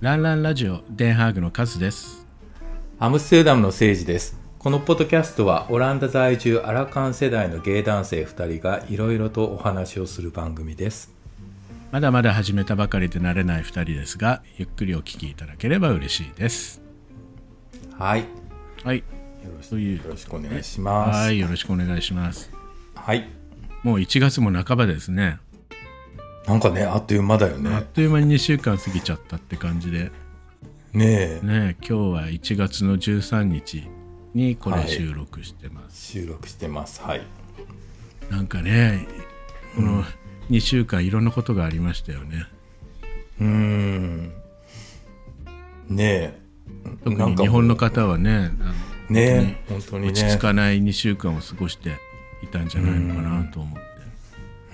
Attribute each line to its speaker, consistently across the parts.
Speaker 1: ランランラジオデンハーグのカズです
Speaker 2: アムステルダムの政治です。このポッドキャストはオランダ在住アラカン世代のゲイ男性2人がいろいろとお話をする番組です。
Speaker 1: まだまだ始めたばかりで慣れない2人ですがゆっくりお聞きいただければ嬉しいです
Speaker 2: はい。よ
Speaker 1: はい
Speaker 2: ろし
Speaker 1: という
Speaker 2: よ
Speaker 1: ことで
Speaker 2: ろしくお願いします。
Speaker 1: はいよろしくお願いします
Speaker 2: はい。
Speaker 1: もう1月も半ばですね
Speaker 2: なんかね、あっという間だよ
Speaker 1: あっ
Speaker 2: ね。
Speaker 1: という間に2週間過ぎちゃったって感じで
Speaker 2: ねえ、
Speaker 1: ね今日は1月の13日にこ
Speaker 2: は
Speaker 1: れ
Speaker 2: い
Speaker 1: 収録してます、
Speaker 2: 収録してます。はい。
Speaker 1: なんかねこの2週間いろんなことがありましたよね
Speaker 2: うーん。ねえ。
Speaker 1: 特
Speaker 2: なん
Speaker 1: に
Speaker 2: か
Speaker 1: 日本の方はねあの
Speaker 2: ねえ、本当に
Speaker 1: 落ち
Speaker 2: ね
Speaker 1: 着。かない2週間を過ごしていたんじゃないのかなと思って、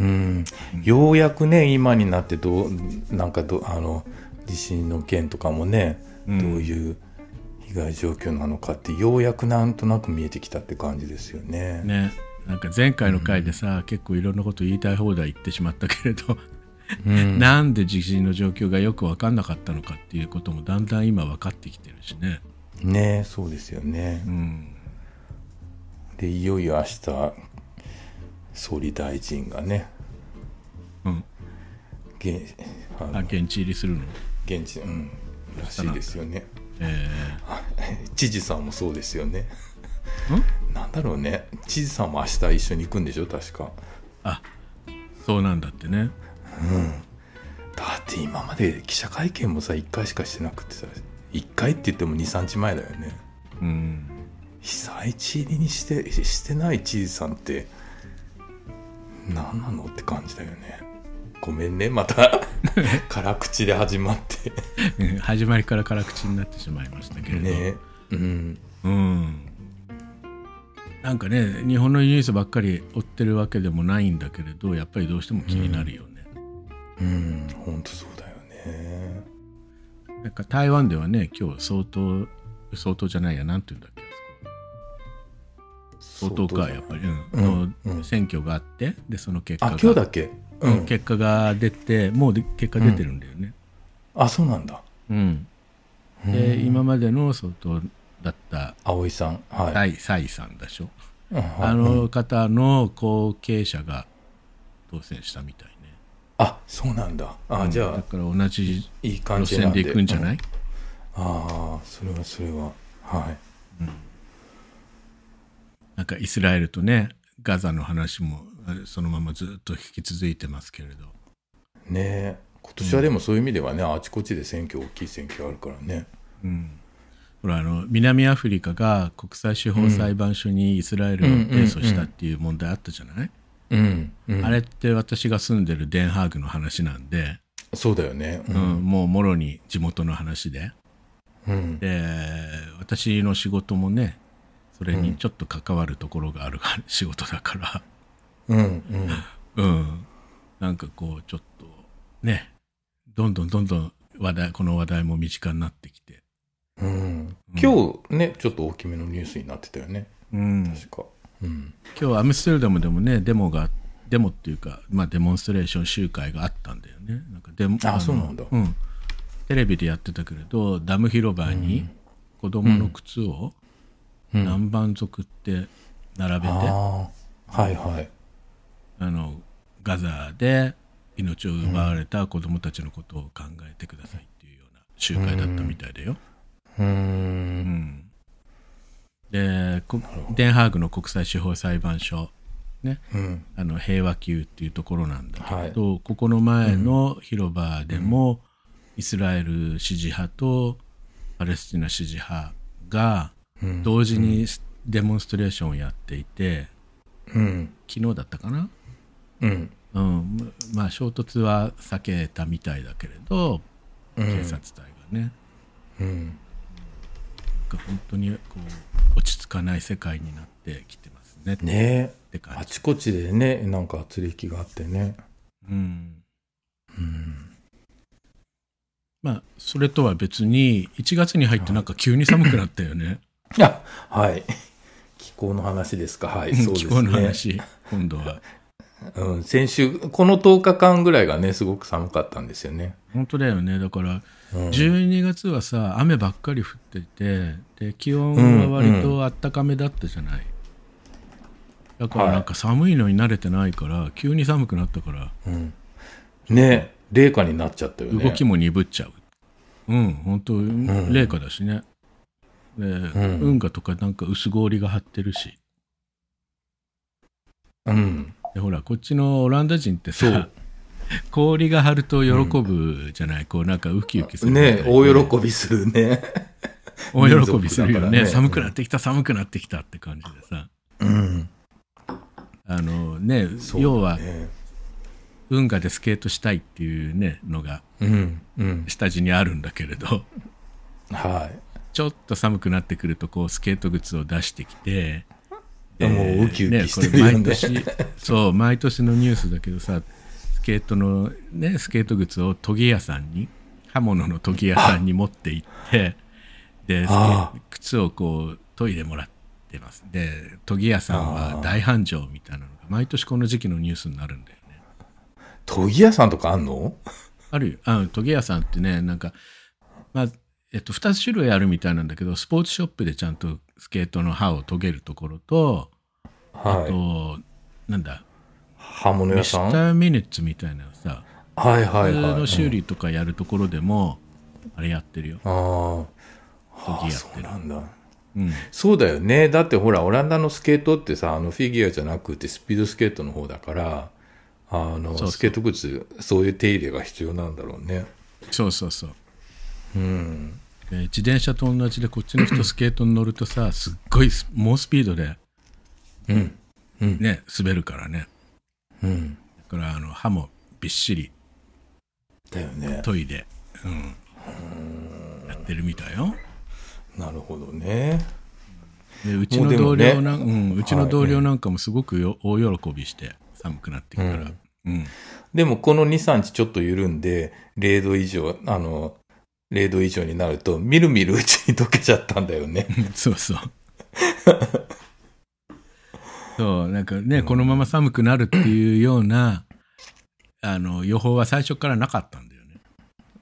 Speaker 2: うん、ようやくね今になってどうなんかどあの地震の件とかもね、
Speaker 1: うん
Speaker 2: どういう被害状況なのかってようやくなんとなく見えてきたって感じですよね。
Speaker 1: ねなんか前回の回でさ、結構いろんなこと言いたい放題言ってしまったけれど、
Speaker 2: うん、
Speaker 1: なんで地震の状況がよく分かんなかったのかっていうこともだんだん今分かってきてるしね、
Speaker 2: ねそうですよね
Speaker 1: う。ん、
Speaker 2: でいよいよ明日総理大臣がね
Speaker 1: うん、
Speaker 2: 現あの
Speaker 1: あ現地入りするの
Speaker 2: 現地、うん、らしいですよね。
Speaker 1: え
Speaker 2: 知事さんもそうですよね。
Speaker 1: ー、ん
Speaker 2: なんだろうね知事さんも明日一緒に行くんでしょ確か。
Speaker 1: あそうなんだってね
Speaker 2: だって今まで記者会見もさ1回しかしてなくてさ1回って言っても23日前だよね
Speaker 1: うん
Speaker 2: 被災地入りにしてしてない知事さんって何なのって感じだよねごめんねま た辛口で始まって
Speaker 1: うん始まりから辛口になってしまいましたけれど、
Speaker 2: ねうん
Speaker 1: うんなんかね日本のニュースばっかり追ってるわけでもないんだけれどやっぱりどうしても気になるよね、
Speaker 2: うんほんとそうだよね
Speaker 1: なんか台湾ではね今日相当相当じゃないやなんて言うんだっけ相当かやっぱり、うんあの
Speaker 2: うん
Speaker 1: 選挙があってでその結果
Speaker 2: あ
Speaker 1: が
Speaker 2: 今日だっけう
Speaker 1: うん
Speaker 2: ん
Speaker 1: 結果が出てもうで結果出てるんだよね、
Speaker 2: あそうなんだ
Speaker 1: うんで今までの相当だった
Speaker 2: 葵さんはい、
Speaker 1: 蔡蔡さんでしょ
Speaker 2: うんはい
Speaker 1: あの方の後継者が当選したみたいね
Speaker 2: あそうなんだあ、じゃ
Speaker 1: だ
Speaker 2: あ
Speaker 1: から同じ
Speaker 2: いい感
Speaker 1: 路
Speaker 2: じ
Speaker 1: 線
Speaker 2: なんで
Speaker 1: で行くんじゃない、
Speaker 2: ああそれはそれははい
Speaker 1: なんかイスラエルとねガザの話もあれそのままずっと引き続いてますけれど
Speaker 2: ねえ今年はでもそういう意味ではね、あちこちで選挙大きい選挙あるからね
Speaker 1: ほらあの南アフリカが国際司法裁判所にイスラエルを提訴したっていう問題あったじゃない、
Speaker 2: うん、うん、
Speaker 1: あれって私が住んでるデンハーグの話なんで、
Speaker 2: そうだよねう
Speaker 1: うん
Speaker 2: ん、
Speaker 1: もうもろに地元の話で
Speaker 2: うん、
Speaker 1: で私の仕事もねそれにちょっと関わるところがある 仕事だから
Speaker 2: うんうん
Speaker 1: うん、なんかこうちょっとねどんどんどんどん話題この話題も身近になってきて、
Speaker 2: うん今日ねちょっと大きめのニュースになってたよね
Speaker 1: うん、
Speaker 2: 確かうん
Speaker 1: 今日アムステルダムでもねデモがデモっていうか、まあ、デモンストレーション集会があったんだよねなんかデモ
Speaker 2: あ
Speaker 1: の
Speaker 2: そうなんだ
Speaker 1: うん、テレビでやってたけれどダム広場に子供の靴を
Speaker 2: うん
Speaker 1: 何番足って並べて、
Speaker 2: ああはいはい
Speaker 1: あのガザで命を奪われた子供たちのことを考えてくださいっていうような集会だったみたいだよ。
Speaker 2: うー
Speaker 1: うんんでこデンハーグの国際司法裁判所、ね、
Speaker 2: うん
Speaker 1: あの平和宮っていうところなんだ
Speaker 2: は
Speaker 1: け
Speaker 2: い
Speaker 1: ど、ここの前の広場でも、イスラエル支持派とパレスチナ支持派が
Speaker 2: うん
Speaker 1: 同時にデモンストレーションをやっていて、
Speaker 2: うん
Speaker 1: 昨日だったかな
Speaker 2: うん
Speaker 1: うん、まあ衝突は避けたみたいだけれど警察隊がね、
Speaker 2: うん
Speaker 1: なんか本当にこう落ち着かない世界になってきてますね
Speaker 2: ね
Speaker 1: って
Speaker 2: えあ
Speaker 1: 感じ、
Speaker 2: ちこちでねなんか圧力があってね
Speaker 1: うん、
Speaker 2: うん
Speaker 1: まあそれとは別に1月に入ってなんか急に寒くなったよね
Speaker 2: あはい気候の話ですかはいそうです
Speaker 1: 気
Speaker 2: ね
Speaker 1: 候の話今度は
Speaker 2: うん、先週、この10日間ぐらいがね、すごく寒かったんですよね。
Speaker 1: 本当だよねだから
Speaker 2: うん
Speaker 1: 12月はさ雨ばっかり降っててで気温は割
Speaker 2: う
Speaker 1: とあったかめだったじゃない、だからなんか寒いのに慣れてないから急に寒くなったから
Speaker 2: うん、ね冷夏になっちゃったよね。
Speaker 1: 動きも鈍っちゃう、うん本当
Speaker 2: ん
Speaker 1: 冷夏だしねで、
Speaker 2: ん
Speaker 1: 運河とかなんか薄氷が張ってるし
Speaker 2: うん。
Speaker 1: でほらこっちのオランダ人って
Speaker 2: そ
Speaker 1: さ
Speaker 2: う。
Speaker 1: 氷が張ると喜ぶじゃない、こうなんかウキウキするみたい
Speaker 2: ね
Speaker 1: な
Speaker 2: 大喜びするね。
Speaker 1: 大喜びするよ
Speaker 2: 民族だから
Speaker 1: ね
Speaker 2: ね
Speaker 1: 寒くなってきた寒くなってきたって感じでさ
Speaker 2: うん。
Speaker 1: あのね
Speaker 2: そう
Speaker 1: 要は
Speaker 2: ね
Speaker 1: 運河でスケートしたいっていうねのが
Speaker 2: うん。うん。
Speaker 1: 下地にあるんだけれど
Speaker 2: はい。
Speaker 1: ちょっと寒くなってくるとこうスケート靴を出してきてで
Speaker 2: もうウキウキしてるよね
Speaker 1: これ 毎年そう毎年のニュースだけどさスケートのねスケート靴を研ぎ屋さんに刃物の研ぎ屋さんに持って行ってでスケ
Speaker 2: ああ
Speaker 1: 靴をこう研いでもらってますで研ぎ屋さんは大繁盛みたいなのが毎年この時期のニュースになるんだよね
Speaker 2: 研ぎ屋さんとかあんの
Speaker 1: あるよ。あトゲ屋さんってね、なんか、まあ、えっと、2つ種類あるみたいなんだけど、スポーツショップでちゃんとスケートの刃を研げるところと、あ
Speaker 2: はい。
Speaker 1: と、なんだ、
Speaker 2: 刃物
Speaker 1: ミ
Speaker 2: 屋
Speaker 1: ス
Speaker 2: さ
Speaker 1: タ
Speaker 2: ん
Speaker 1: ーミニッツみたいなさ、
Speaker 2: はいはい
Speaker 1: 普通
Speaker 2: はい。
Speaker 1: の修理とかやるところでも、あれやってるよ。
Speaker 2: ああ、は
Speaker 1: 研
Speaker 2: あ、
Speaker 1: ぎ合
Speaker 2: そ
Speaker 1: って
Speaker 2: う
Speaker 1: る
Speaker 2: なんだ。
Speaker 1: うん。
Speaker 2: そうだよね。だってほら、オランダのスケートってさ、あのフィギュアじゃなくてスピードスケートの方だから、あの、
Speaker 1: そう
Speaker 2: スケート靴、そういう手入れが必要なんだろうね。
Speaker 1: そうそうそう。
Speaker 2: うん。
Speaker 1: えー自転車と同じでこっちの人スケートに乗るとさすっごいス猛スピードで
Speaker 2: うん。うん。
Speaker 1: ね滑るからね
Speaker 2: うん。
Speaker 1: だからあの歯もびっしり
Speaker 2: だよね。
Speaker 1: 研いで、うん、やってるみたいよ
Speaker 2: なるほどね。
Speaker 1: でうち
Speaker 2: も
Speaker 1: の
Speaker 2: うで
Speaker 1: 同僚
Speaker 2: もね
Speaker 1: な、うん、うちの同僚なんかもすごくよ、大喜びして寒くなってきたら、うん
Speaker 2: でもこの2、3日ちょっと緩んで、0度以上、あの、0度以上になると、みるみるうちに溶けちゃったんだよね。
Speaker 1: そうそうそうなんかね、このまま寒くなるっていうようなあの予報は最初からなかったんだよね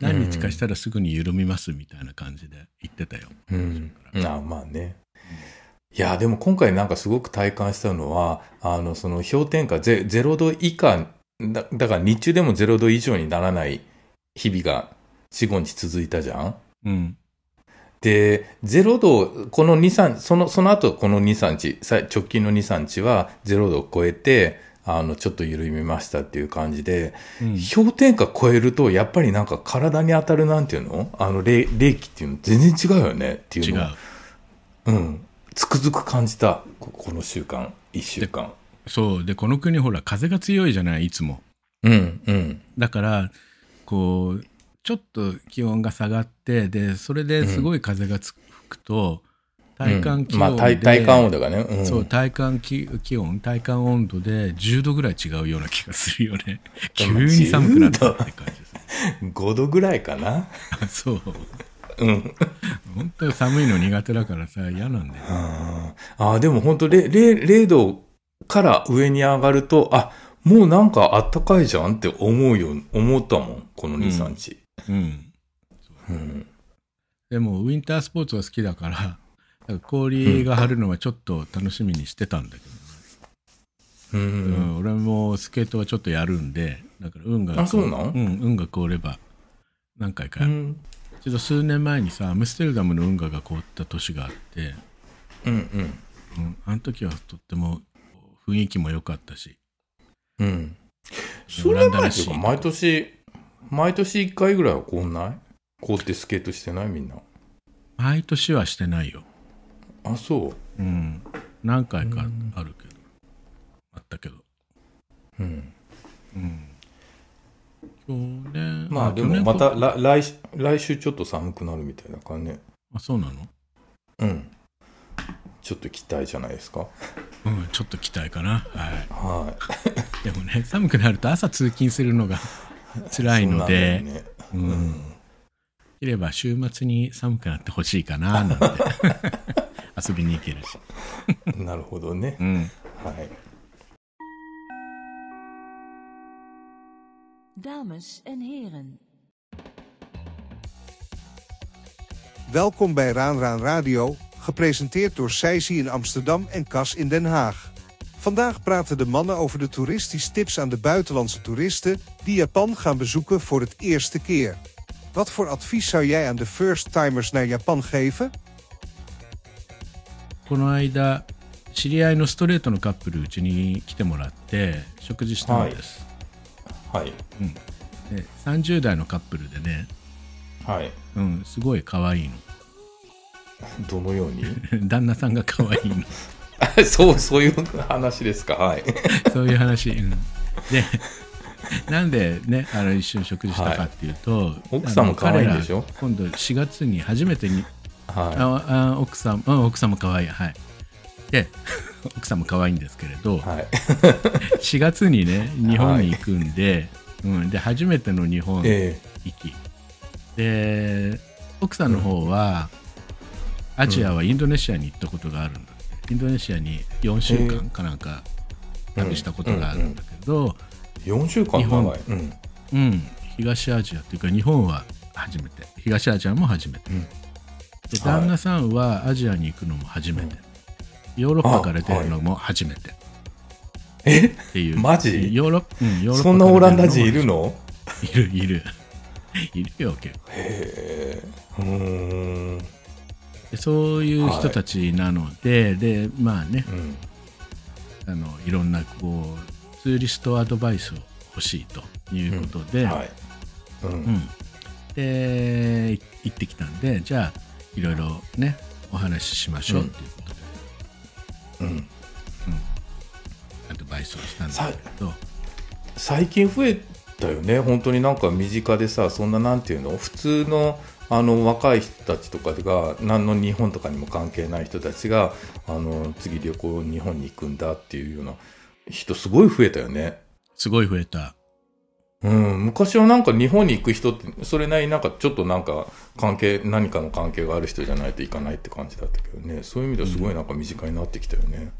Speaker 1: 何日かしたらすぐに緩みますみたいな感じで言ってたよ、
Speaker 2: うん。あまあね。いや、でも今回なんかすごく体感したのは、あの、その氷点下ゼ0度以下だ、だから日中でも0度以上にならない日々が4、5日続いたじゃん
Speaker 1: うん
Speaker 2: で、0度、この2、3、その、その後この2、3日、さ直近の2、3日は0度を超えて、あの、ちょっと緩みましたっていう感じで、
Speaker 1: うん、
Speaker 2: 氷点下超えると、やっぱりなんか体に当たるなんていうのあの冷、冷気っていうの全然違うよねってい
Speaker 1: 違
Speaker 2: うのを
Speaker 1: う
Speaker 2: うん。つくづく感じた。ここの週間、一週間。
Speaker 1: そうでこの国ほら風が強いじゃないいつも
Speaker 2: うん、うん。
Speaker 1: だからこうちょっと気温が下がってでそれですごい風がつ吹くと、体感気
Speaker 2: うんまあ
Speaker 1: 温で、
Speaker 2: 体、体感温度がね。うん。
Speaker 1: そう体感気気温体感温度で10度ぐらい違うような気がするよ ね急に寒くなったって感じです
Speaker 2: 5度ぐらい かな。
Speaker 1: あそう
Speaker 2: うん。
Speaker 1: 本当に寒いの苦手だからさ嫌なんだよ
Speaker 2: ああ、でも本当零0、0度から上に上がると、あ、もうなんかあったかいじゃんって思うよ、思ったもん。この2、3日。
Speaker 1: うん
Speaker 2: うん。
Speaker 1: でもウィンタースポーツは好きだからなんか氷が張るのはちょっと楽しみにしてたんだけど、
Speaker 2: う
Speaker 1: うん
Speaker 2: ん。
Speaker 1: 俺もスケートはちょっとやるんでだから運が
Speaker 2: あそうなん
Speaker 1: うん、運が凍れば何回か、
Speaker 2: う
Speaker 1: ちょ
Speaker 2: ん。
Speaker 1: っと数年前にさアムステルダムの運河が凍った年があって、
Speaker 2: うん。うん。
Speaker 1: うん、あの時はとっても雰囲気も良かったし
Speaker 2: うん。そ
Speaker 1: オ
Speaker 2: れ
Speaker 1: ラ
Speaker 2: は
Speaker 1: ンダ
Speaker 2: な
Speaker 1: ら
Speaker 2: い
Speaker 1: し
Speaker 2: とい
Speaker 1: いう
Speaker 2: か、毎年、毎年1回ぐらいは凍んない凍ってスケートしてないみんな。
Speaker 1: 毎年はしてないよ、
Speaker 2: あ、そ
Speaker 1: う
Speaker 2: う。
Speaker 1: ん、何回かあるけど、あったけど、
Speaker 2: うん、
Speaker 1: うん、去年
Speaker 2: まあで
Speaker 1: 去
Speaker 2: も
Speaker 1: 年
Speaker 2: また
Speaker 1: こ
Speaker 2: ら来し来週ちょっと寒くなるみたいな感じね
Speaker 1: あそうなの
Speaker 2: うんちょっと期待じゃないですか
Speaker 1: うん、ちょっと期待かな、はい、
Speaker 2: は
Speaker 1: でもね寒くなると朝通勤する のが
Speaker 2: い
Speaker 1: 辛いので
Speaker 2: そうなんだよね
Speaker 1: うん、できれば週末に寒くなってほしいかな なんて遊びに行けるし、
Speaker 2: なるほどね、
Speaker 1: ん、
Speaker 2: はい
Speaker 3: Dames en heren.
Speaker 4: Welkom bij Raan Raan Radio, gepresenteerd door Seisi in Amsterdam en Cas in Den Haag. Vandaag praten de mannen over de toeristische tips aan de buitenlandse toeristen die Japan gaan bezoeken voor het eerste keer. Wat voor advies zou jij aan de first-timers naar Japan geven?
Speaker 1: この間知り合いのストレートのカップルうちに来てもらって食事したんです、
Speaker 2: はい。
Speaker 1: で30代のカップルでね、
Speaker 2: はい。
Speaker 1: うん、すごい可愛いの
Speaker 2: どのように
Speaker 1: 旦那さんが可愛いの
Speaker 2: あそう、そういう話ですか。はい。
Speaker 1: そういう話、うん、でなんでねあの一緒に食事したかっていうと、
Speaker 2: 奥さんも可愛いんでし
Speaker 1: あ
Speaker 2: ょ
Speaker 1: の彼ら今度4月に初めてに
Speaker 2: は
Speaker 1: ああ奥さん、うん、奥さんも可愛いはいで 奥さんも可愛いんですけれど、
Speaker 2: い。はい。
Speaker 1: 4月にね日本に行くんで,、うん、で初めての日本行
Speaker 2: え
Speaker 1: き、で奥さんの方は、アジアはインドネシアに行ったことがあるんだってインドネシアに4週間かなんか
Speaker 2: うん
Speaker 1: 旅したことがあるんだけど、
Speaker 2: え4週間
Speaker 1: 日本
Speaker 2: 長い。うん。
Speaker 1: うん東アジアというか日本は初めて東アジアも初めて、
Speaker 2: うん
Speaker 1: で
Speaker 2: はい
Speaker 1: 旦那さんはアジアに行くのも初めて、ヨーロッパから出るのも初めて、
Speaker 2: え
Speaker 1: っていう
Speaker 2: マジ
Speaker 1: ヨーロッ、うん、ヨーロッパ
Speaker 2: そんなオランダ人い
Speaker 1: から出
Speaker 2: る
Speaker 1: のも
Speaker 2: の
Speaker 1: いるいる。いるよ、結構。
Speaker 2: へえ。うーん。
Speaker 1: でそういう人たちなので、で、まあね、
Speaker 2: うん。
Speaker 1: あの、いろんな、こう、ツーリストアドバイスを欲しいということで、うん。
Speaker 2: はい。うん。
Speaker 1: で、い行ってきたんで、じゃあ、いろいろね、お話ししましょうっていうことで、
Speaker 2: うん
Speaker 1: アドバイスをしたんだけど、
Speaker 2: 最近増えたよね本当になんか身近でさそんななんていうの普通のあの若い人たちとかが何の日本とかにも関係ない人たちがあの次旅行日本に行くんだっていうような人すごい増えたよね。
Speaker 1: すごい増えた。
Speaker 2: うん、昔はなんか日本に行く人ってそれなりになんかちょっとなんか関係何かの関係がある人じゃないと行かないって感じだったけどねそういう意味ではすごいなんか身近になってきたよね。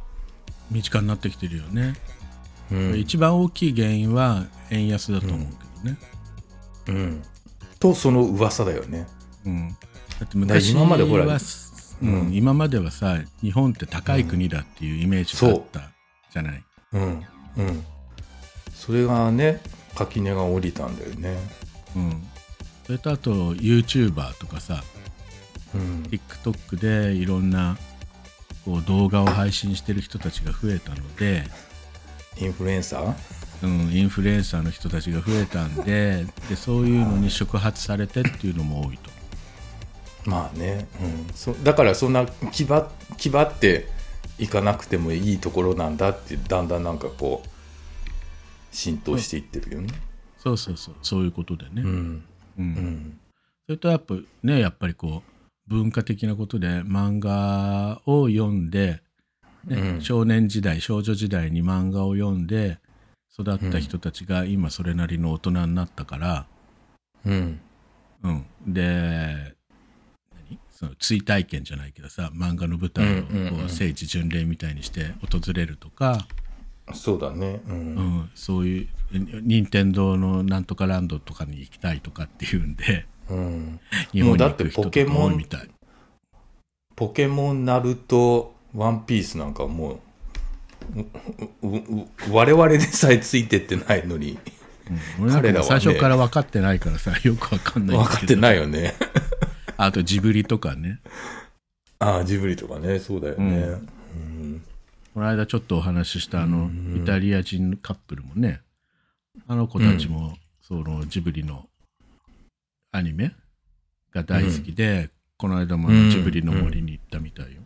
Speaker 1: 身近になってきてるよね。
Speaker 2: うん
Speaker 1: 一番大きい原因は円安だと思うけどね。
Speaker 2: うん、とその噂だよね。
Speaker 1: うん、だって昔
Speaker 2: だから今までほら
Speaker 1: はすうん
Speaker 2: うん
Speaker 1: 今まではさ日本って高い国だっていうイメージがあったじゃない、
Speaker 2: うんうんそれがね垣根が降りたんだよね
Speaker 1: うん、それとあと YouTuber とかさ
Speaker 2: うん
Speaker 1: TikTok でいろんなこう動画を配信してる人たちが増えたので、
Speaker 2: インフルエンサー
Speaker 1: うん、インフルエンサーの人たちが増えたんででそういうのに触発されてっていうのも多いと
Speaker 2: まあね、うん、そだからそんな気ば気張って行かなくてもいいところなんだってだんだんなんかこう浸透していってるよね
Speaker 1: そうそうそうそういうことでね、
Speaker 2: うん
Speaker 1: うん
Speaker 2: うん
Speaker 1: それとやっぱねやっぱりこう文化的なことで漫画を読んで、ね
Speaker 2: うん
Speaker 1: 少年時代少女時代に漫画を読んで育った人たちが今それなりの大人になったから、
Speaker 2: うん
Speaker 1: うん、で何その追体験じゃないけどさ漫画の舞
Speaker 2: う
Speaker 1: 台を
Speaker 2: んうんうん
Speaker 1: こう聖地巡礼みたいにして訪れるとか、
Speaker 2: そうだねう
Speaker 1: うんん、そういう任天堂のなんとかランドとかに行きたいとかっていうんで
Speaker 2: うん
Speaker 1: 日本に行く人とか多いみたい。
Speaker 2: ポケモン、ナルト、ワンピースなんかもう、ううう我々でさえついてってないのに、
Speaker 1: うん俺なんか
Speaker 2: 彼ら
Speaker 1: も
Speaker 2: はね
Speaker 1: 最初から分かってないからさ、 よく分かんないん
Speaker 2: 分
Speaker 1: だ
Speaker 2: かっ
Speaker 1: け
Speaker 2: て
Speaker 1: ど
Speaker 2: ないよね。
Speaker 1: あとジブリとかね
Speaker 2: ああ、ジブリとかね、そうだよね。うん
Speaker 1: この間ちょっとお話ししたあのイタリア人カップルもねあの子たちもそのジブリのアニメが大好きで、この間もあ
Speaker 2: う
Speaker 1: の
Speaker 2: ん
Speaker 1: ジブリの森に行ったみたいよ、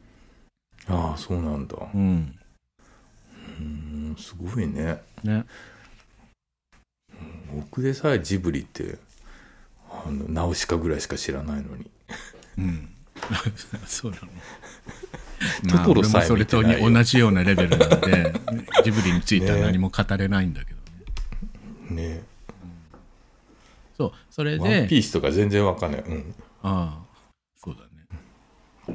Speaker 2: ああ、そうなんだ。
Speaker 1: うん
Speaker 2: うん、すごいね。
Speaker 1: ね、
Speaker 2: 僕でさえジブリって、あの、ナウシカぐらいしか知らないのに。
Speaker 1: うん、そう なの
Speaker 2: トトロさえ
Speaker 1: まあ俺もそれと
Speaker 2: 見てないよ
Speaker 1: 同じようなレベルなんで ジブリについては何も語れないんだけど、ね、
Speaker 2: ね
Speaker 1: そうそれ
Speaker 2: ワン
Speaker 1: で
Speaker 2: ピースとか全然わかんない。うん。
Speaker 1: ああそうだね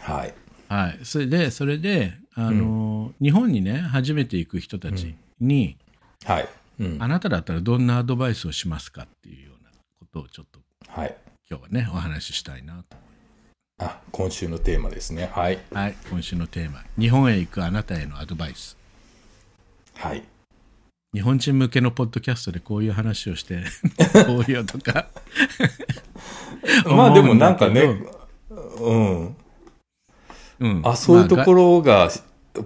Speaker 2: はい。
Speaker 1: はい、それでそれで、あのー日本にね初めて行く人たちに、
Speaker 2: はい。うん
Speaker 1: あなただったらどんなアドバイスをしますかっていうようなことをちょっと
Speaker 2: はい。
Speaker 1: 今日はねお話ししたいなと。
Speaker 2: あ、今週のテーマですね。はい。
Speaker 1: はい、今週のテーマ「日本へ行くあなたへのアドバイス
Speaker 2: はい。」
Speaker 1: 日本人向けのポッドキャストでこういう話をして こういうとか
Speaker 2: まあでもなんか
Speaker 1: 思う
Speaker 2: ね
Speaker 1: んだ、
Speaker 2: うん。
Speaker 1: うん
Speaker 2: あ、そういうと
Speaker 1: まあ
Speaker 2: ころが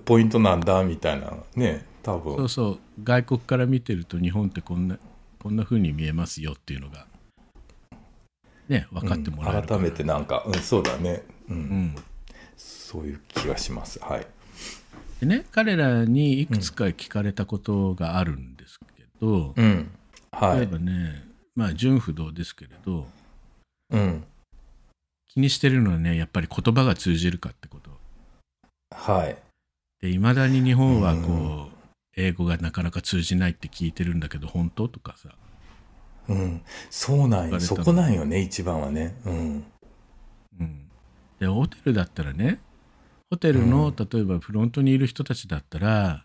Speaker 2: ポイントなんだ、みたいな。ね、多分。
Speaker 1: そうそう外国から見てると日本ってこんなこんな風に見えますよっていうのがね分かってもらえる
Speaker 2: うん
Speaker 1: から
Speaker 2: 改めてなんか、うん、そうだね、うん
Speaker 1: うん
Speaker 2: そういう気がしますはい
Speaker 1: でね彼らにいくつか聞かれたことがあるんですけど、
Speaker 2: うんは
Speaker 1: 例え
Speaker 2: い
Speaker 1: ばねまあ純不動ですけれど
Speaker 2: うん
Speaker 1: 気にしてるのはねやっぱり言葉が通じるかってこと
Speaker 2: はい
Speaker 1: でいまだに日本はこう、
Speaker 2: うん
Speaker 1: 英語がなかなか通じないって聞いてるんだけど本当とかさ
Speaker 2: うんそうな
Speaker 1: 言
Speaker 2: ん
Speaker 1: わ
Speaker 2: よ
Speaker 1: れた
Speaker 2: そ
Speaker 1: の
Speaker 2: こなんよね一番はねうん
Speaker 1: うん、でホテルだったらねホテルの、
Speaker 2: うん
Speaker 1: 例えばフロントにいる人たちだったら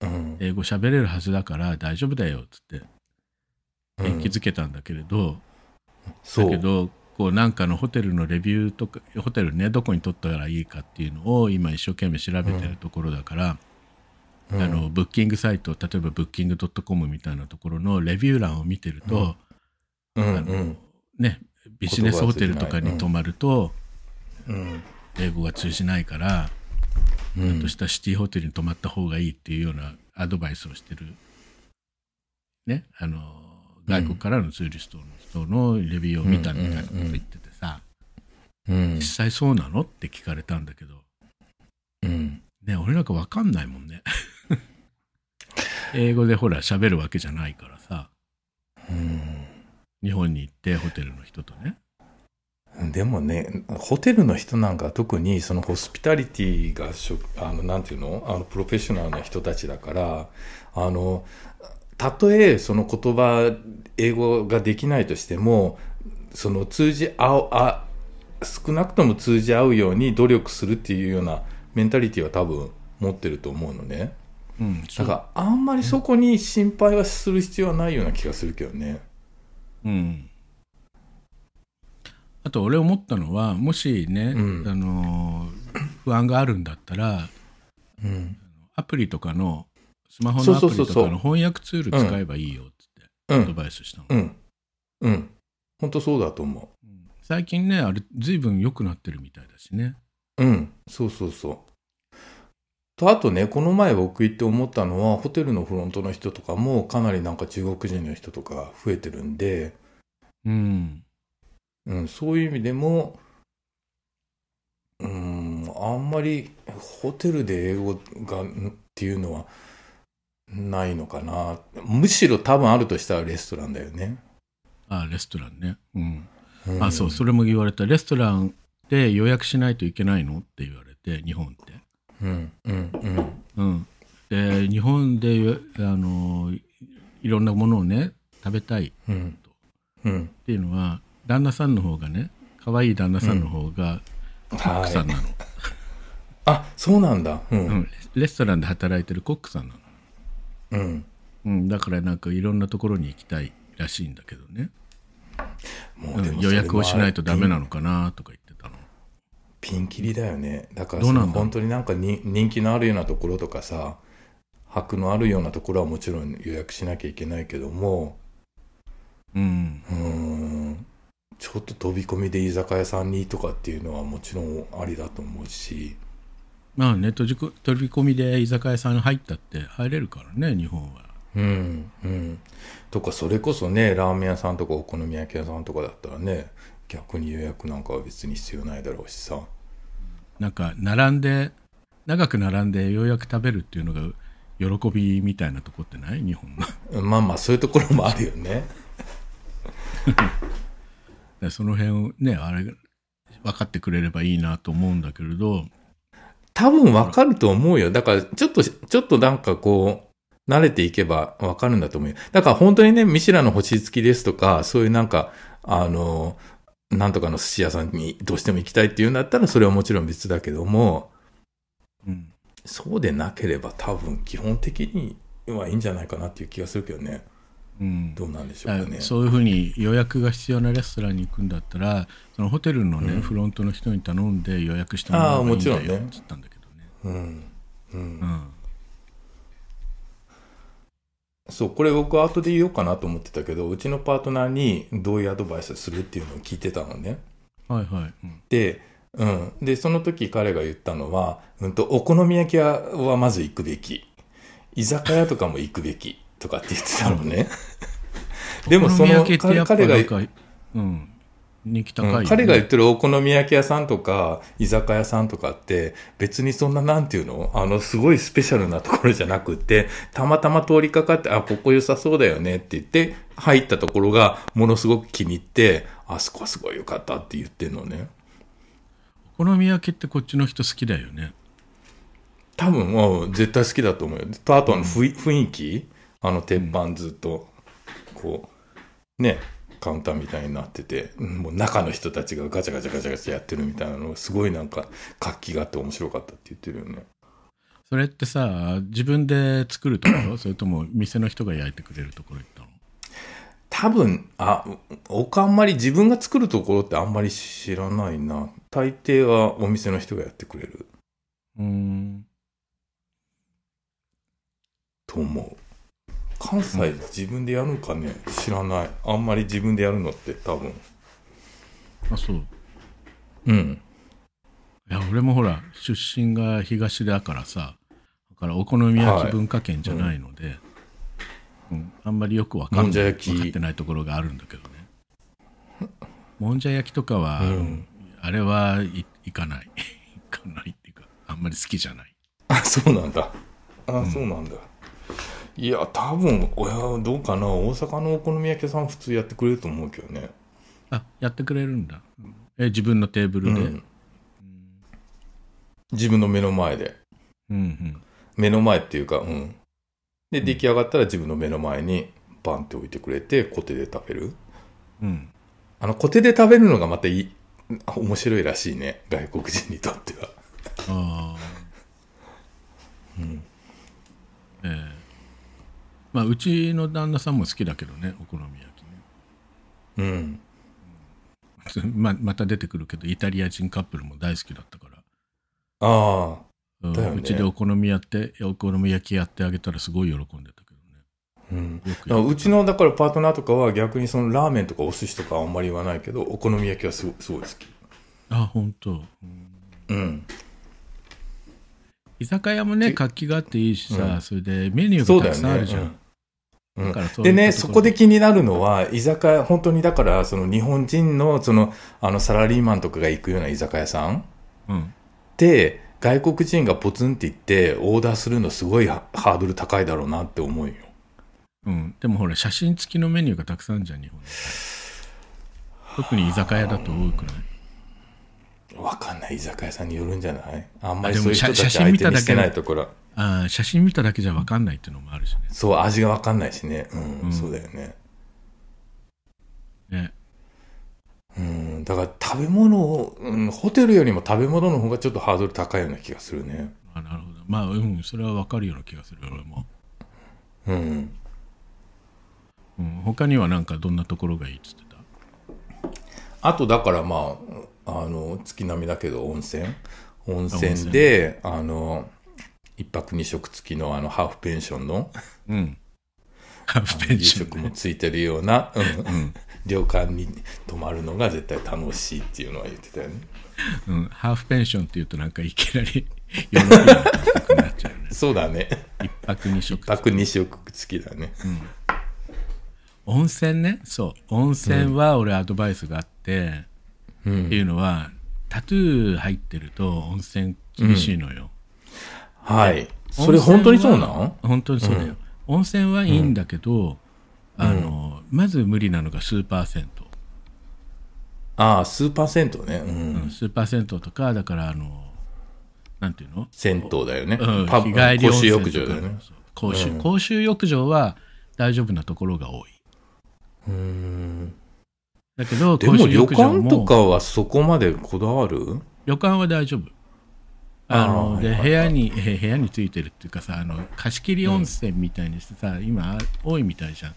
Speaker 2: うん
Speaker 1: 英語喋れるはずだから大丈夫だよっつって
Speaker 2: うん
Speaker 1: 元気づけたんだけれど、
Speaker 2: そう
Speaker 1: だけどこうなんかのホテルのレビューとかホテルねどこに取ったらいいかっていうのを今一生懸命調べてるところだから、
Speaker 2: うん
Speaker 1: あのブッキングサイト例えばブッキング .com みたいなところのレビュー欄を見てると、
Speaker 2: うん
Speaker 1: あの
Speaker 2: うん
Speaker 1: ね、ビジネスホテルとかに泊まると
Speaker 2: うん
Speaker 1: 英語が通じないから、
Speaker 2: う
Speaker 1: ちょっ
Speaker 2: ん
Speaker 1: としたシティホテルに泊まった方がいいっていうようなアドバイスをしてる、ね、あの外国からのツーリストの人のレビューを見たみたいなこと言っててさ、
Speaker 2: うん
Speaker 1: 実際そうなのって聞かれたんだけど、
Speaker 2: うん
Speaker 1: ね、俺なんか分かんないもんね。 英語でほら喋るわけじゃないからさ日本に行ってホテルの人とね
Speaker 2: うんでもねホテルの人なんか特にそのホスピタリティがしょあのなんていうのあのプロフェッショナルな人たちだからあのたとえその言葉英語ができないとしてもその通じ合うあ少なくとも通じ合うように努力するっていうようなメンタリティは多分持ってると思うのね
Speaker 1: うんそ
Speaker 2: だ
Speaker 1: う
Speaker 2: からあんまりそこに心配はする必要はないような気がするけどね
Speaker 1: うん、あと俺思ったのはもしね、
Speaker 2: うん
Speaker 1: あのー不安があるんだったら
Speaker 2: うん
Speaker 1: アプリとかのスマホのアプリ
Speaker 2: そ
Speaker 1: と
Speaker 2: うそうそう
Speaker 1: か
Speaker 2: そ
Speaker 1: の
Speaker 2: う
Speaker 1: 翻訳ツール使えばいいよって
Speaker 2: う
Speaker 1: アド
Speaker 2: ん
Speaker 1: バイスしたの、
Speaker 2: うんうん本当そうだと思う
Speaker 1: 最近ねあれ随分良くなってるみたいだしね
Speaker 2: うん、そうそうそう。とあとね、この前僕行って思ったのは、ホテルのフロントの人とかも、かなりなんか中国人の人とかが増えてるんで、
Speaker 1: うん
Speaker 2: うん、そういう意味でも、うん、あんまりホテルで英語がんっていうのはないのかな。むしろ多分あるとしたらレストランだよね。
Speaker 1: あレストランねうん、
Speaker 2: うん
Speaker 1: あそうそれも言われたレストランで予約しないといけないのって言われて日本って
Speaker 2: うん、うん、う
Speaker 1: う
Speaker 2: ん。
Speaker 1: ん、で日本であのいろんなものをね食べたいっ
Speaker 2: うん、うん。
Speaker 1: ていうのは旦那さんの方がね可愛い旦那さんの方がコックさん
Speaker 2: はい。
Speaker 1: なの、
Speaker 2: あ、そうなんだ。
Speaker 1: う
Speaker 2: う
Speaker 1: ん
Speaker 2: ん、
Speaker 1: レレストランで働いてるコックさんなの、
Speaker 2: うん。
Speaker 1: うん、だからなんかいろんなところに行きたいらしいんだけどね、
Speaker 2: も
Speaker 1: う
Speaker 2: うで
Speaker 1: ん、
Speaker 2: もそ
Speaker 1: 予
Speaker 2: れ
Speaker 1: 約をしないとダメ
Speaker 2: もあ
Speaker 1: なのかなとか言ってたの
Speaker 2: ピンキリだよねだから
Speaker 1: どう
Speaker 2: そ
Speaker 1: なんだ
Speaker 2: の
Speaker 1: ろう
Speaker 2: 本当になんかに人気のあるようなところとかさ箔のあるようなところはもちろん予約しなきゃいけないけども
Speaker 1: うん
Speaker 2: うーんちょっと飛び込みで居酒屋さんにとかっていうのはもちろんありだと思うし
Speaker 1: まあね閉じこ飛び込みで居酒屋さんに入ったって入れるからね日本は
Speaker 2: うんうんとかそれこそねラーメン屋さんとかお好み焼き屋さんとかだったらね逆に予約なんかは別に必要ないだろうしさ
Speaker 1: なんか並んで長く並んでようやく食べるっていうのが喜びみたいなとこってない日本のだか
Speaker 2: まあまあそういうところもあるよね
Speaker 1: らその 辺をねあれ分かってくれればいいなと思うんだけれど
Speaker 2: 多分わかると思うよ。だから、ちょっと、ちょっとなんかこう、慣れていけばわかるんだと思うよ。だから本当にね、ミシュランの星付きですとか、そういうなんか、あの、なんとかの寿司屋さんにどうしても行きたいっていうんだったら、それはもちろん別だけども、
Speaker 1: うん
Speaker 2: そうでなければ多分基本的にはいいんじゃないかなっていう気がするけどね。
Speaker 1: うん
Speaker 2: どうなんでしょうか
Speaker 1: だか
Speaker 2: ね。
Speaker 1: らそういうふうに予約が必要なレストランに行くんだったらそのホテルの、ねフロントの人に頼んで予約してもらえばいいんだ
Speaker 2: あーもちろ
Speaker 1: よ
Speaker 2: んね
Speaker 1: っつったんだけどね。
Speaker 2: うん。うん。
Speaker 1: うん
Speaker 2: そう、これ僕後で言おうかなと思ってたけど、うちのパートナーにどういうアドバイスするっていうのを聞いてたのね。
Speaker 1: はいはい、うん
Speaker 2: で、うん。で、その時彼が言ったのは、うんと、お好み焼き屋はまず行くべき。居酒屋とかも行くべき。とかって言ってたの ね。でもそ
Speaker 1: お好み
Speaker 2: の
Speaker 1: 焼きってやっぱ
Speaker 2: 彼が
Speaker 1: なんか、うん、人気高いよ
Speaker 2: う
Speaker 1: ね
Speaker 2: ん彼が言ってるお好み焼き屋さんとか居酒屋さんとかって別にそんななんていうのあのすごいスペシャルなところじゃなくってたまたま通りかかってあここ良さそうだよねって言って入ったところがものすごく気に入ってあそこはすごい良かったって言ってんのね
Speaker 1: お好み焼きってこっちの人好きだよね。
Speaker 2: 多分もう絶対好きだと思うよとあとあの雰雰囲気あの鉄板ずっとこうねカウンターみたいになっててうんもう中の人たちがガチャガチャガチャガチャやってるみたいなのがすごいなんか活気があって面白かったって言ってるよね
Speaker 1: それってさ自分で作るところ それとも店の人が焼いてくれるところ行ったの
Speaker 2: 多分あ僕あんまり自分が作るところってあんまり知らないな大抵はお店の人がやってくれる
Speaker 1: うーん
Speaker 2: と思う関西で自分でやるんかね知らないあんまり自分でやるのって多分
Speaker 1: あそうい
Speaker 2: うん
Speaker 1: や俺もほら出身が東だからさだからお好み焼き文化圏じゃないので、うん、あんまりよくわか
Speaker 2: も
Speaker 1: ん
Speaker 2: んじ
Speaker 1: な
Speaker 2: ゃ
Speaker 1: い
Speaker 2: 焼き
Speaker 1: 分かってないところがあるんだけどねもんじゃ焼きとかは、
Speaker 2: うん
Speaker 1: あれはい行かない行かないっていうかあんまり好きじゃない
Speaker 2: あそうなんだあ、そうなんだいや多分いやどうかな大阪のお好み焼き屋さん普通やってくれると思うけどね
Speaker 1: あやってくれるんだえ自分のテーブルで、
Speaker 2: うん自分の目の前で
Speaker 1: うんうん
Speaker 2: 目の前っていうかうんで出来上がったら自分の目の前にバンって置いてくれてコテで食べる
Speaker 1: うん
Speaker 2: あのコテで食べるのがまたいいあ面白いらしいね外国人にとっては
Speaker 1: ああ
Speaker 2: うん
Speaker 1: ええまあうちの旦那さんも好きだけどねお好み焼
Speaker 2: うん
Speaker 1: きね ままた出てくるけどイタリア人カップルも大好きだったから、
Speaker 2: ああ
Speaker 1: うん
Speaker 2: だよね
Speaker 1: うちでお好みやってお好み焼きやってあげたらすごい喜んでたけどね
Speaker 2: うん
Speaker 1: よく
Speaker 2: だから
Speaker 1: や
Speaker 2: うちのだからパートナーとかは逆にそのラーメンとかお寿司とかあんまり言わないけどお好み焼きはすごすごい好き
Speaker 1: あ本当
Speaker 2: うん、
Speaker 1: 居酒屋もね活気があっていいしさ、
Speaker 2: うん
Speaker 1: それでメニュー
Speaker 2: そう
Speaker 1: が
Speaker 2: だ
Speaker 1: たくさんあ
Speaker 2: よ
Speaker 1: るじゃん、
Speaker 2: ね。うん
Speaker 1: だからそうい
Speaker 2: で
Speaker 1: う
Speaker 2: ね、
Speaker 1: と
Speaker 2: そ
Speaker 1: ころ
Speaker 2: こで気になるのは、居酒屋、本当にだから、その日本人の、その、あの、サラリーマンとかが行くような居酒屋さんっ
Speaker 1: うん
Speaker 2: て、外国人がポツンって行って、オーダーするのすごいハハードル高いだろうなって思うよ。
Speaker 1: うん、でもほら写真付きのメニューがたくさんあるじゃん日本に特に居酒屋だと多くない
Speaker 2: わかんない居酒屋さんによるんじゃないあんま
Speaker 1: あで
Speaker 2: りそうい
Speaker 1: も
Speaker 2: う人
Speaker 1: 写
Speaker 2: たち
Speaker 1: 写真
Speaker 2: 相
Speaker 1: 見
Speaker 2: 手
Speaker 1: た
Speaker 2: に
Speaker 1: だ
Speaker 2: して
Speaker 1: け
Speaker 2: ないところ。
Speaker 1: あー写真見ただけじゃ分かんないっていうのもあるしね
Speaker 2: そう、味がわかんないしね。うん、
Speaker 1: うん
Speaker 2: そうだよね。
Speaker 1: ね
Speaker 2: うん、だから食べ物を、うん、ホテルよりも食べ物の方がちょっとハードル高いような気がするね。
Speaker 1: あなるほどまあうんそれは分かるような気がする俺も、
Speaker 2: うん。
Speaker 1: うん、他にはなんかどんなところがいいっつってた
Speaker 2: あとだからまあ、あの、月並みだけど温泉温泉で、あの、一泊二食付きのあの、ハーフペンションの、
Speaker 1: うんハーフペ
Speaker 2: 夕
Speaker 1: ンショ
Speaker 2: 食
Speaker 1: ン
Speaker 2: も
Speaker 1: ね
Speaker 2: ついてるような、うん
Speaker 1: ん
Speaker 2: 旅館に泊まるのが絶対楽しいっていうのは言ってたよね。
Speaker 1: うん、ハーフペンションっていうとなんかいきな りヨーロピアンな感覚になっちゃうよね
Speaker 2: そうだね。
Speaker 1: 一泊二食
Speaker 2: 一泊二食付きだね。
Speaker 1: 温泉ねそう温泉は俺アドバイスがあって、
Speaker 2: う
Speaker 1: って
Speaker 2: ん。
Speaker 1: いうのはタトゥー入ってると温泉厳しいのよ、
Speaker 2: はい。それ本当にそうなの
Speaker 1: 本当にそうだよ、温泉はいいんだけど、あのまず無理なのがスーパー銭湯
Speaker 2: ああ、スーパー銭湯ね。うん。
Speaker 1: スーパー銭湯とか、だから、あの、なんていうの、
Speaker 2: 銭湯だよね。
Speaker 1: うん、
Speaker 2: パブ、公衆浴
Speaker 1: と
Speaker 2: 場
Speaker 1: か
Speaker 2: だよね。
Speaker 1: そう公衆、公衆浴場は大丈夫なところが多い。
Speaker 2: うん。
Speaker 1: だけど、
Speaker 2: で
Speaker 1: 公
Speaker 2: も
Speaker 1: 衆
Speaker 2: 旅
Speaker 1: 浴場も
Speaker 2: 館とかはそこまでこだわる
Speaker 1: 旅館は大丈夫。あの
Speaker 2: あー
Speaker 1: で
Speaker 2: はい
Speaker 1: 部屋にへ部屋についてるっていうかさあの貸し切り温泉みたいにしてさ、今多いみたいじゃん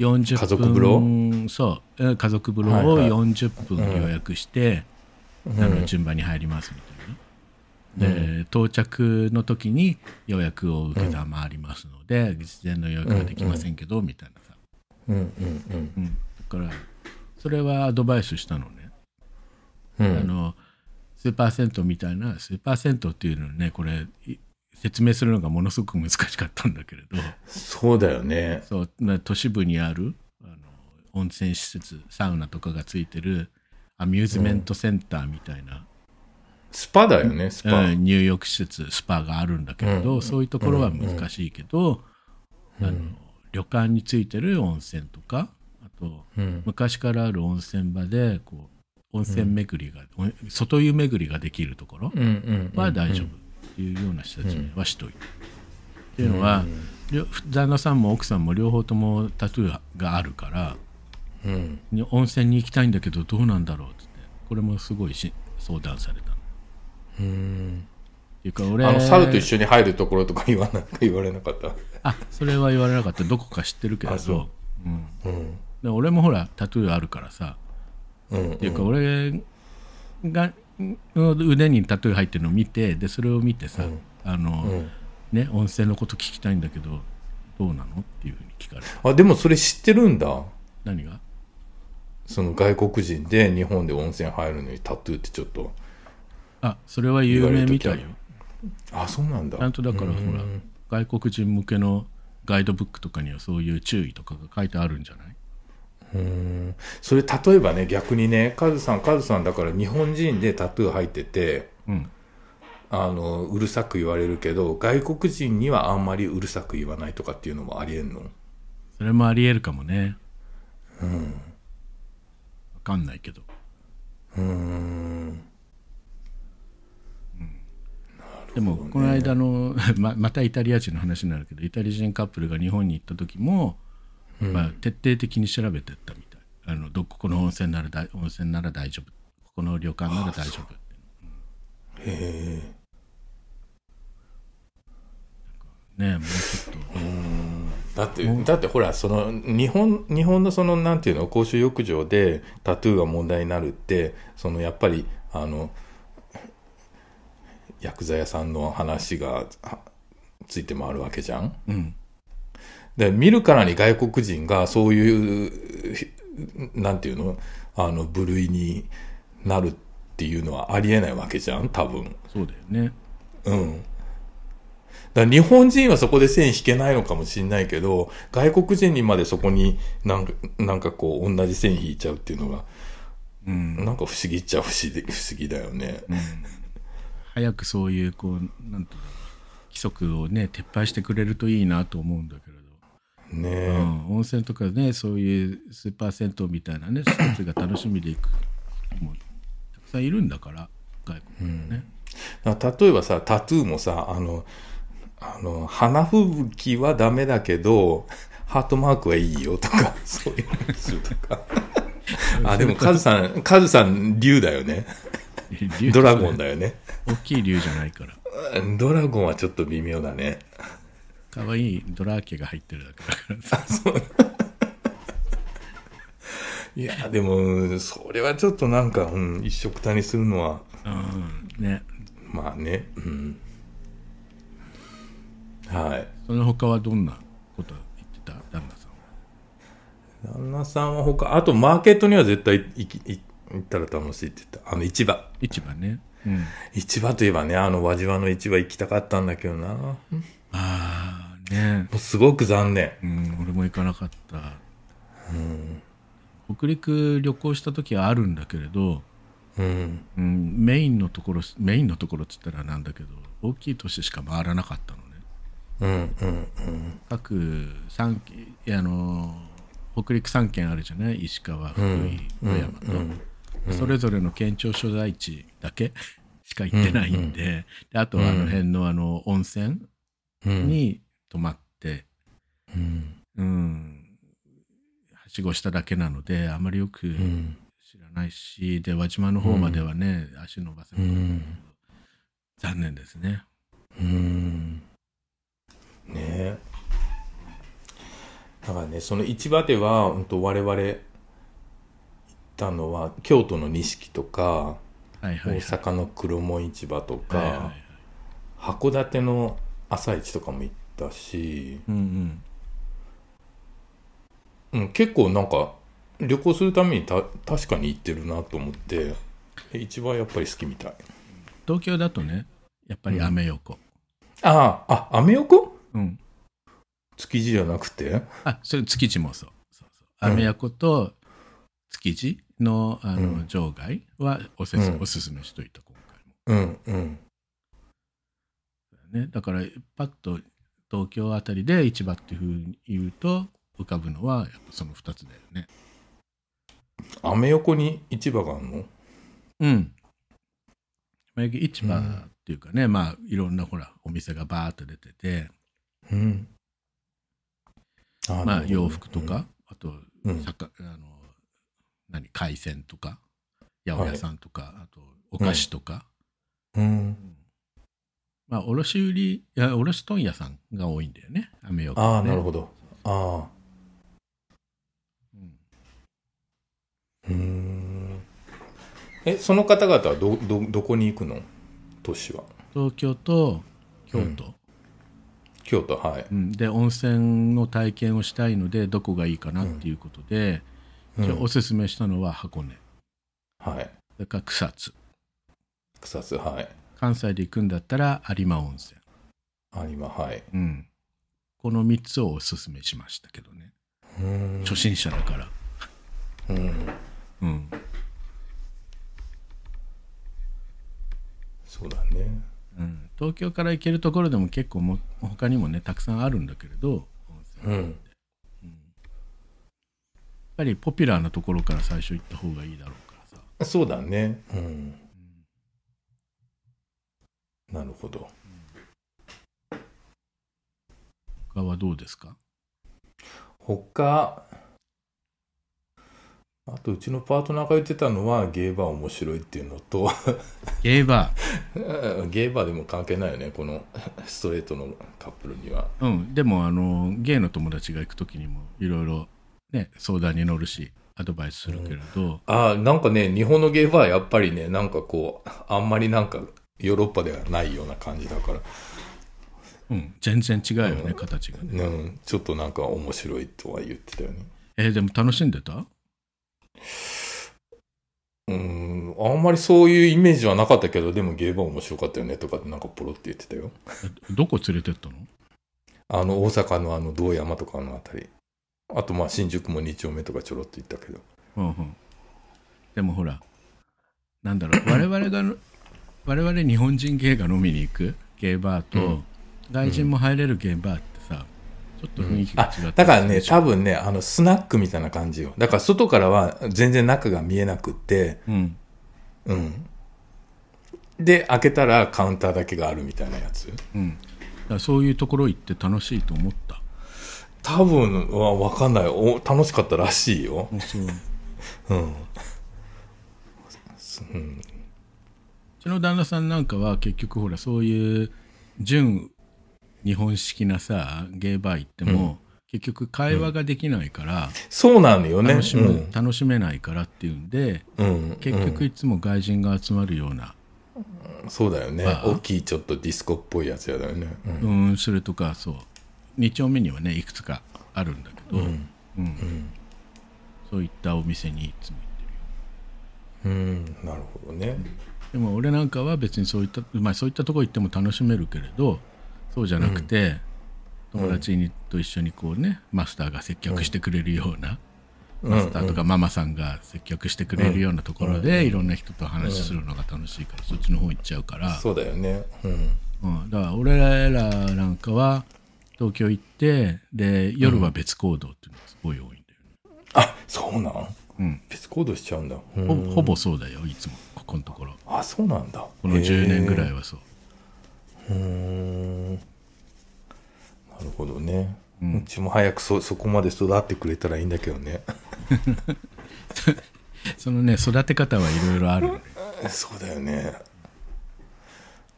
Speaker 1: 40分
Speaker 2: 家族風呂
Speaker 1: そううん家族風呂
Speaker 2: はい
Speaker 1: を
Speaker 2: はい
Speaker 1: 40分予約して、あの順番に入りますみたいな、で到着の時に予約を受けたまわりますので、事前の予約はできませんけど、みたいなさ、
Speaker 2: うんうん
Speaker 1: うん、だからそれはアドバイスしたのね
Speaker 2: うんうん
Speaker 1: あのスーパー銭湯みたいなスーパー銭湯っていうのねこれい説明するのがものすごく難しかったんだけれど
Speaker 2: そうだよね
Speaker 1: そうな都市部にあるあの温泉施設サウナとかがついてるアミューズメントセンターみたいな、
Speaker 2: スパだよねスパ、
Speaker 1: うん入浴施設スパがあるんだけれど、そういうところは難しいけど、あの旅館についてる温泉とかあと、
Speaker 2: うん
Speaker 1: 昔からある温泉場でこう温泉巡りが、お外湯巡りができるところ、
Speaker 2: うんうんうん
Speaker 1: は大丈夫っていうような説明はしといて。っていうのは、両旦那さんも奥さんも両方ともタトゥーがあるから、
Speaker 2: うん
Speaker 1: に温泉に行きたいんだけどどうなんだろうっつってこれもすごいし相談されたの。っていうか俺
Speaker 2: あの猿と一緒に入るところとか言わな言われなかった
Speaker 1: あそれは言われなかったどこか知ってるけれ
Speaker 2: あそ
Speaker 1: ど、うん、
Speaker 2: うん
Speaker 1: で俺もほらタトゥーあるからさ
Speaker 2: うん
Speaker 1: っていうか俺がんの腕にタトゥー入ってるのを見てでそれを見てさ、あの、ね温泉のこと聞きたいんだけどどうなのっていうふうに聞かれた
Speaker 2: あでもそれ知ってるんだ
Speaker 1: 何が
Speaker 2: その外国人で日本で温泉入るのにタトゥーってちょっと
Speaker 1: あそれは有名みたい
Speaker 2: 言われる時
Speaker 1: よ
Speaker 2: あるあそうなんだ
Speaker 1: ちゃんとだからほら外国人向けのガイドブックとかにはそういう注意とかが書いてあるんじゃない
Speaker 2: うんそれ例えばね逆にねカズさんカズさんだから日本人でタトゥー入ってて
Speaker 1: うん
Speaker 2: あのうるさく言われるけど外国人にはあんまりうるさく言わないとかっていうのもありえんの
Speaker 1: それもありえるかもねうん分かんないけどでもこの間の ままたイタリア人の話になるけどイタリア人カップルが日本に行った時も、まあ、徹底的に調べてったみたいあのどここの温泉なら大温泉なら大丈夫ここの旅館なら大丈夫って
Speaker 2: へ
Speaker 1: ねもうちょっと
Speaker 2: えだってだってほらその日本日本のそのなんていうの公衆浴場でタトゥーが問題になるってそのやっぱりあの薬剤屋さんの話がはついて回るわけじゃん
Speaker 1: うん
Speaker 2: で見るからに外国人がそういうひなんていうのあの部類になるっていうのはありえないわけじゃん多分
Speaker 1: そうだよね
Speaker 2: うんだから日本人はそこで線引けないのかもしれないけど外国人にまでそこになんかなんかこう同じ線引いちゃうっていうのが、なんか不思議っちゃ不思議不思議だよね、
Speaker 1: 早くそういうこうなんていうの規則をね撤廃してくれるといいなと思うんだけれど、
Speaker 2: ねえ、
Speaker 1: うん、温泉とかねそういうスーパー銭湯みたいなね施設が楽しみで行く人もたくさんいるんだから外国からね、
Speaker 2: だから例えばさタトゥーもさあのあの花吹雪はダメだけどハートマークはいいよとか そういうのにするとかあでもカズさんカズさん竜だよね
Speaker 1: 竜
Speaker 2: ドラゴンだよね
Speaker 1: 大きい竜じゃないから
Speaker 2: ドラゴンはちょっと微妙だね
Speaker 1: 可愛いドラーケが入ってるだけだからさ
Speaker 2: いやでもそれはちょっとなんか、うん、一緒くたにするのは
Speaker 1: ね
Speaker 2: まあねうんはい
Speaker 1: その他はどんなこと言ってた旦那さんは
Speaker 2: 旦那さんは他あとマーケットには絶対行き行行ったら楽しいって言ったあの市場
Speaker 1: 市場ね、うん、
Speaker 2: 市場といえばね、あの輪島の市場行きたかったんだけどな。も
Speaker 1: ああね
Speaker 2: うすごく残念。
Speaker 1: うん、俺も行かなかった、北陸旅行した時はあるんだけれど、
Speaker 2: うん。
Speaker 1: うん、メインのところメインのところっつったらなんだけど大きい都市しか回らなかったのね
Speaker 2: うんうんうん。
Speaker 1: 各三いやあの北陸3県あるじゃない石川福井
Speaker 2: うん
Speaker 1: 富山と、それぞれの県庁所在地だけ しか行ってないんで,、であとはあの辺のあの温泉
Speaker 2: うん
Speaker 1: に泊まって、
Speaker 2: うん。
Speaker 1: うん、はしごしただけなのであまりよく
Speaker 2: うん。
Speaker 1: 知らないし、で輪島の方まではね、足伸ばせ
Speaker 2: う
Speaker 1: ない
Speaker 2: ん
Speaker 1: 残念ですね。
Speaker 2: うーんねえだからねその市場では本当我々行ったのは京都の錦とか
Speaker 1: はいはい、
Speaker 2: 大
Speaker 1: はい。
Speaker 2: 阪の黒門市場とか、
Speaker 1: はいはいはい
Speaker 2: 函館の朝市とかも行ったし、
Speaker 1: うんうん。
Speaker 2: うん、結構なんか旅行するためにた確かに行ってるなと思って市場はやっぱり好きみたい
Speaker 1: 東京だとね、やっぱりアメ横。
Speaker 2: あああアメ横
Speaker 1: うん。
Speaker 2: 築地じゃなくて
Speaker 1: あ、それ築地もそう。そうそうアメ横と築地のあの、
Speaker 2: うん
Speaker 1: 場外はおせす、
Speaker 2: うん
Speaker 1: おすすめしといた、今回も。
Speaker 2: うんうん
Speaker 1: ね、だからパッと東京あたりで市場っていうふうに言うと浮かぶのはやっぱその2つだよね。
Speaker 2: アメ横に市場があるの
Speaker 1: うん。眉毛市場っていうかね、まあいろんなほらお店がバーっと出てて、
Speaker 2: うん。あ
Speaker 1: まあ洋服とか、、あと
Speaker 2: うん
Speaker 1: 魚あの何海鮮とか八百屋さんとか、あとお菓子とか、
Speaker 2: なるほどうん。
Speaker 1: まあ卸売りいや卸問屋さんが多いんだよねアメ横、ね。
Speaker 2: ああ、なるほど。ああ。
Speaker 1: うん
Speaker 2: うーん。え、その方々はど、ど、どこに行くの都市は。
Speaker 1: 東京と京都。
Speaker 2: 京都、はい。
Speaker 1: うん、で温泉の体験をしたいのでどこがいいかなっていうことで、
Speaker 2: うん
Speaker 1: じゃあおすすめしたのは箱根
Speaker 2: はい。
Speaker 1: それから草津
Speaker 2: 草津、はい。
Speaker 1: 関西で行くんだったら有馬温泉、
Speaker 2: 有馬、はい。
Speaker 1: うん、この3つをおすすめしましたけどね
Speaker 2: うーん。
Speaker 1: 初心者だから、
Speaker 2: うん。
Speaker 1: うん、
Speaker 2: そうだね。
Speaker 1: うん東京から行けるところでも結構も他にもねたくさんあるんだけれど温泉やっ
Speaker 2: うん。
Speaker 1: ぱりポピュラーなところから最初行った方がいいだろうからさ
Speaker 2: そうだね。うん。なるほど。
Speaker 1: 他はどうですか
Speaker 2: 他あとうちのパートナーが言ってたのはゲーバー面白いっていうのと
Speaker 1: ゲーバ
Speaker 2: ゲーバーでも関係ないよねこの ストレートのカップルには
Speaker 1: ー、うん、でもあのゲイの友達が行く時にもいろいろね相談に乗るしアドバイスするけれど、
Speaker 2: ああなんかね日本のゲーバーやっぱりねなんかこうあんまりなんかヨーロッパではないような感じだから、
Speaker 1: うん、全然違うよね形がね
Speaker 2: うん、ちょっとなんか面白いとは言ってたよね
Speaker 1: えーでも楽しんでた
Speaker 2: うんあんまりそういうイメージはなかったけどでもゲーバー面白かったよねとかってなんかポロって言ってたよ
Speaker 1: どこ連れてったの
Speaker 2: あの大阪のあの道山とかのあたりあとまあ新宿も2丁目とかちょろっと行ったけど
Speaker 1: うんうんでもほらなん だろう我々がの我々日本人ゲイが飲みに行くゲイバーと、
Speaker 2: うん
Speaker 1: 外人も入れるゲイバーってさちょっと雰囲気が違
Speaker 2: あ
Speaker 1: って、
Speaker 2: だからね多分ねあのスナックみたいな感じよだから外からは全然中が見えなくって
Speaker 1: うん
Speaker 2: うんで開けたらカウンターだけがあるみたいなやつ
Speaker 1: うんだからそういうところ行って楽しいと思った
Speaker 2: 多分は分かんないお楽しかったらしいよ
Speaker 1: あそうう
Speaker 2: うん、うん、
Speaker 1: ちの旦那さんなんかは結局ほらそういう純日本式なさゲイバー行っても、結局会話ができないから、
Speaker 2: そうなのよね
Speaker 1: 楽しむ、
Speaker 2: うん
Speaker 1: 楽しめないからっていうんで
Speaker 2: うん、
Speaker 1: 結局いつも外人が集まるような、
Speaker 2: うんそうだよね
Speaker 1: まあ
Speaker 2: 大きいちょっとディスコっぽいやつやだよねうん
Speaker 1: うん、それとかそう2丁目にはねいくつかあるんだけど、
Speaker 2: うん
Speaker 1: うん
Speaker 2: うん
Speaker 1: そういったお店にいつも行ってるよ
Speaker 2: うん、なるほどね。
Speaker 1: でも俺なんかは別にそういった、まあ、そういったとこ行っても楽しめるけれどそうじゃなくて、友達にと一緒にこうねマスターが接客してくれるような、マスターとかママさんが接客してくれるようなところで、いろんな人と話するのが楽しいから、そっちの方行っちゃうから、
Speaker 2: そうだよね。うん。
Speaker 1: うん、だから俺らなんかは東京行ってで夜は別行動っていうのがすごい多いんだよね、
Speaker 2: あ、そうなん
Speaker 1: うん
Speaker 2: 別行動しちゃうんだ。うん
Speaker 1: ほほぼそうだよいつもここのところ
Speaker 2: あ、そうなんだ。
Speaker 1: この10年ぐらい
Speaker 2: は。
Speaker 1: はそう、
Speaker 2: うーん。なるほどね。うちも早くそそこまで育ってくれたらいいんだけどね。
Speaker 1: そのね育て方はいろいろある、
Speaker 2: そうだよね。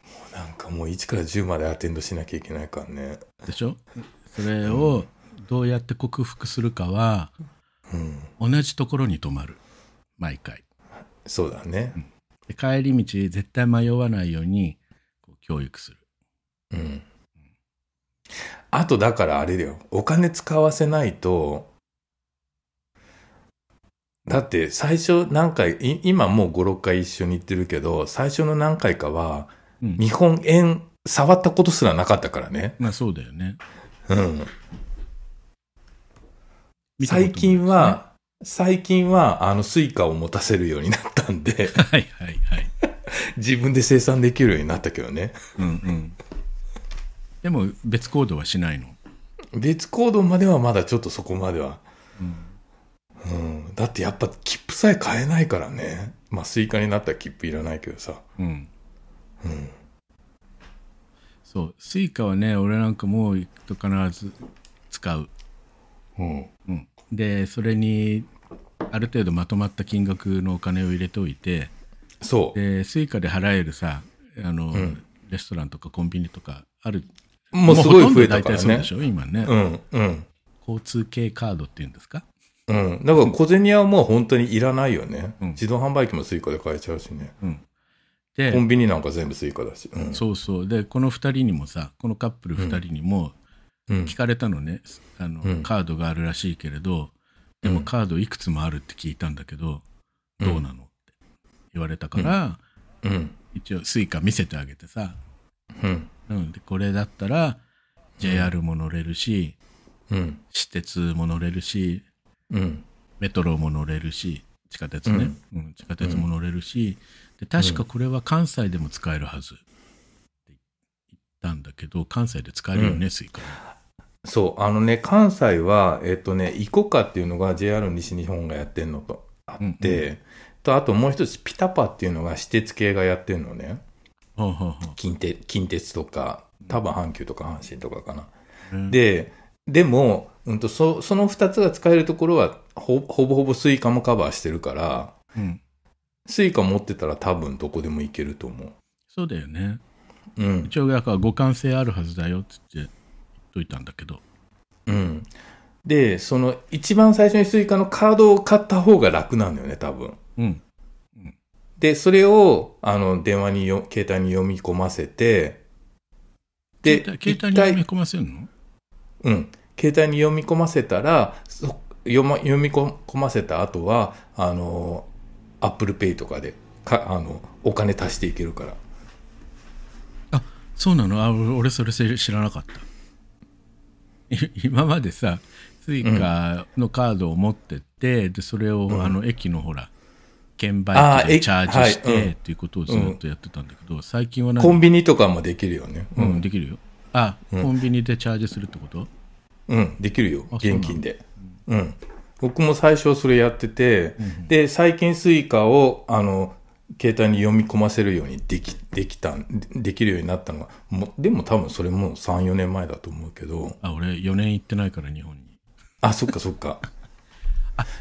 Speaker 2: もうかもう1から10までアテンドしなきゃいけないからね
Speaker 1: でしょそれをどうやって克服するかは
Speaker 2: うん
Speaker 1: 同じところに泊まる毎回
Speaker 2: そうだね
Speaker 1: で帰り道絶対迷わないようにこう教育する
Speaker 2: うんあとだからあれだよお金使わせないとだって最初何回い今もう56回一緒に行ってるけど最初の何回かは
Speaker 1: うん
Speaker 2: 日本円触ったことすらなかったからね
Speaker 1: まあそうだよね
Speaker 2: うん
Speaker 1: 見たことない
Speaker 2: 最近は、最近は、あの、スイカを持たせるようになったんで、
Speaker 1: はいはいはい
Speaker 2: 自分で生産できるようになったけどね。
Speaker 1: うんうんでも別行動はしないの
Speaker 2: 別行動まではまだちょっとそこまでは。
Speaker 1: うん
Speaker 2: うん。だってやっぱ切符さえ買えないからね。まあ、スイカになったら切符いらないけどさ。
Speaker 1: うん
Speaker 2: うん。
Speaker 1: そうスイカはね俺なんかもう行くと必ず使う
Speaker 2: うん。
Speaker 1: うん、でそれにある程度まとまった金額のお金を入れておいて
Speaker 2: そう。
Speaker 1: でスイカで払えるさあの、
Speaker 2: ん
Speaker 1: レストランとかコンビニとかある
Speaker 2: もうすごい増えた
Speaker 1: もうほとんど大体
Speaker 2: から
Speaker 1: そうで
Speaker 2: ね
Speaker 1: し。ょ今ね、
Speaker 2: うん。うん。
Speaker 1: 交通系カードっていうんですか
Speaker 2: うん。だから小銭はもう本当にいらないよね。
Speaker 1: うん
Speaker 2: 自動販売機もスイカで買えちゃうしね。
Speaker 1: で
Speaker 2: コンビニなんか全部スイカだし。うん。
Speaker 1: そうそうでこの2人にもさこのカップル2人にも
Speaker 2: うん
Speaker 1: 聞かれたのね、あの
Speaker 2: うん
Speaker 1: カードがあるらしいけれどで
Speaker 2: う
Speaker 1: も
Speaker 2: ん
Speaker 1: カードいくつもあるって聞いたんだけど、どうなのって言われたから、
Speaker 2: うん。
Speaker 1: 一応スイカ見せてあげてさ
Speaker 2: うん。
Speaker 1: うん、でこれだったら JR も乗れるし、
Speaker 2: うん。
Speaker 1: 私鉄も乗れるし
Speaker 2: うん。
Speaker 1: メトロも乗れるし地下鉄ね、うん地下鉄も乗れるし、で確かこれは関西でも使えるはずって言ったんだけど関西で使えるよね、スイカ
Speaker 2: そう、あのね、関西は、えっとね、イコカっていうのが JR 西日本がやってんのとあって、と、あともう一つ、ピタパっていうのが私鉄系がやってんのね。
Speaker 1: ほうほうほ
Speaker 2: 近鉄近鉄とか、多分阪急とか阪神とかかな。
Speaker 1: う
Speaker 2: で、でも、うんと、そその二つが使えるところはほ、ほぼほぼスイカもカバーしてるから、
Speaker 1: うん、
Speaker 2: スイカ持ってたら多分どこでも行けると思
Speaker 1: そうだよね
Speaker 2: う。うん。
Speaker 1: 一応だから互換性あるはずだよって言って言っといたんだけど
Speaker 2: うん。で、その、一番最初にスイカのカードを買った方が楽なんだよね、多分。
Speaker 1: うん
Speaker 2: で、それを、あの、電話によ、携帯に読み込ませて、で、
Speaker 1: 携帯携帯
Speaker 2: 一
Speaker 1: に
Speaker 2: 体
Speaker 1: 読み込ませるの
Speaker 2: うん。携帯に読み込ませたら、そ読ま読み込ませた後は、あの、Apple Pay とかで、か、あの、お金足していけるから。
Speaker 1: あそうなのあ俺俺それ知らなかったい今までさスイカのカードを持ってって、でそれを、あの駅のほら券売機
Speaker 2: あ
Speaker 1: で
Speaker 2: え
Speaker 1: チャージして、
Speaker 2: はいうん
Speaker 1: っていうことをずっとやってたんだけど、最近は何
Speaker 2: コンビニとかもできるよね。う
Speaker 1: うん、
Speaker 2: ん。
Speaker 1: できるよあ、コンビニでチャージするってこと
Speaker 2: うん、できるよ。
Speaker 1: そうなん
Speaker 2: 現金で。うん。僕も最初それやってて、で、最近スイカを、あの、携帯に読み込ませるようにでき、できたん、でできるようになったのが、もうでも多分それも3、4年前だと思うけど、
Speaker 1: あ俺4年行ってないから日本に
Speaker 2: あ、そっかそ っか。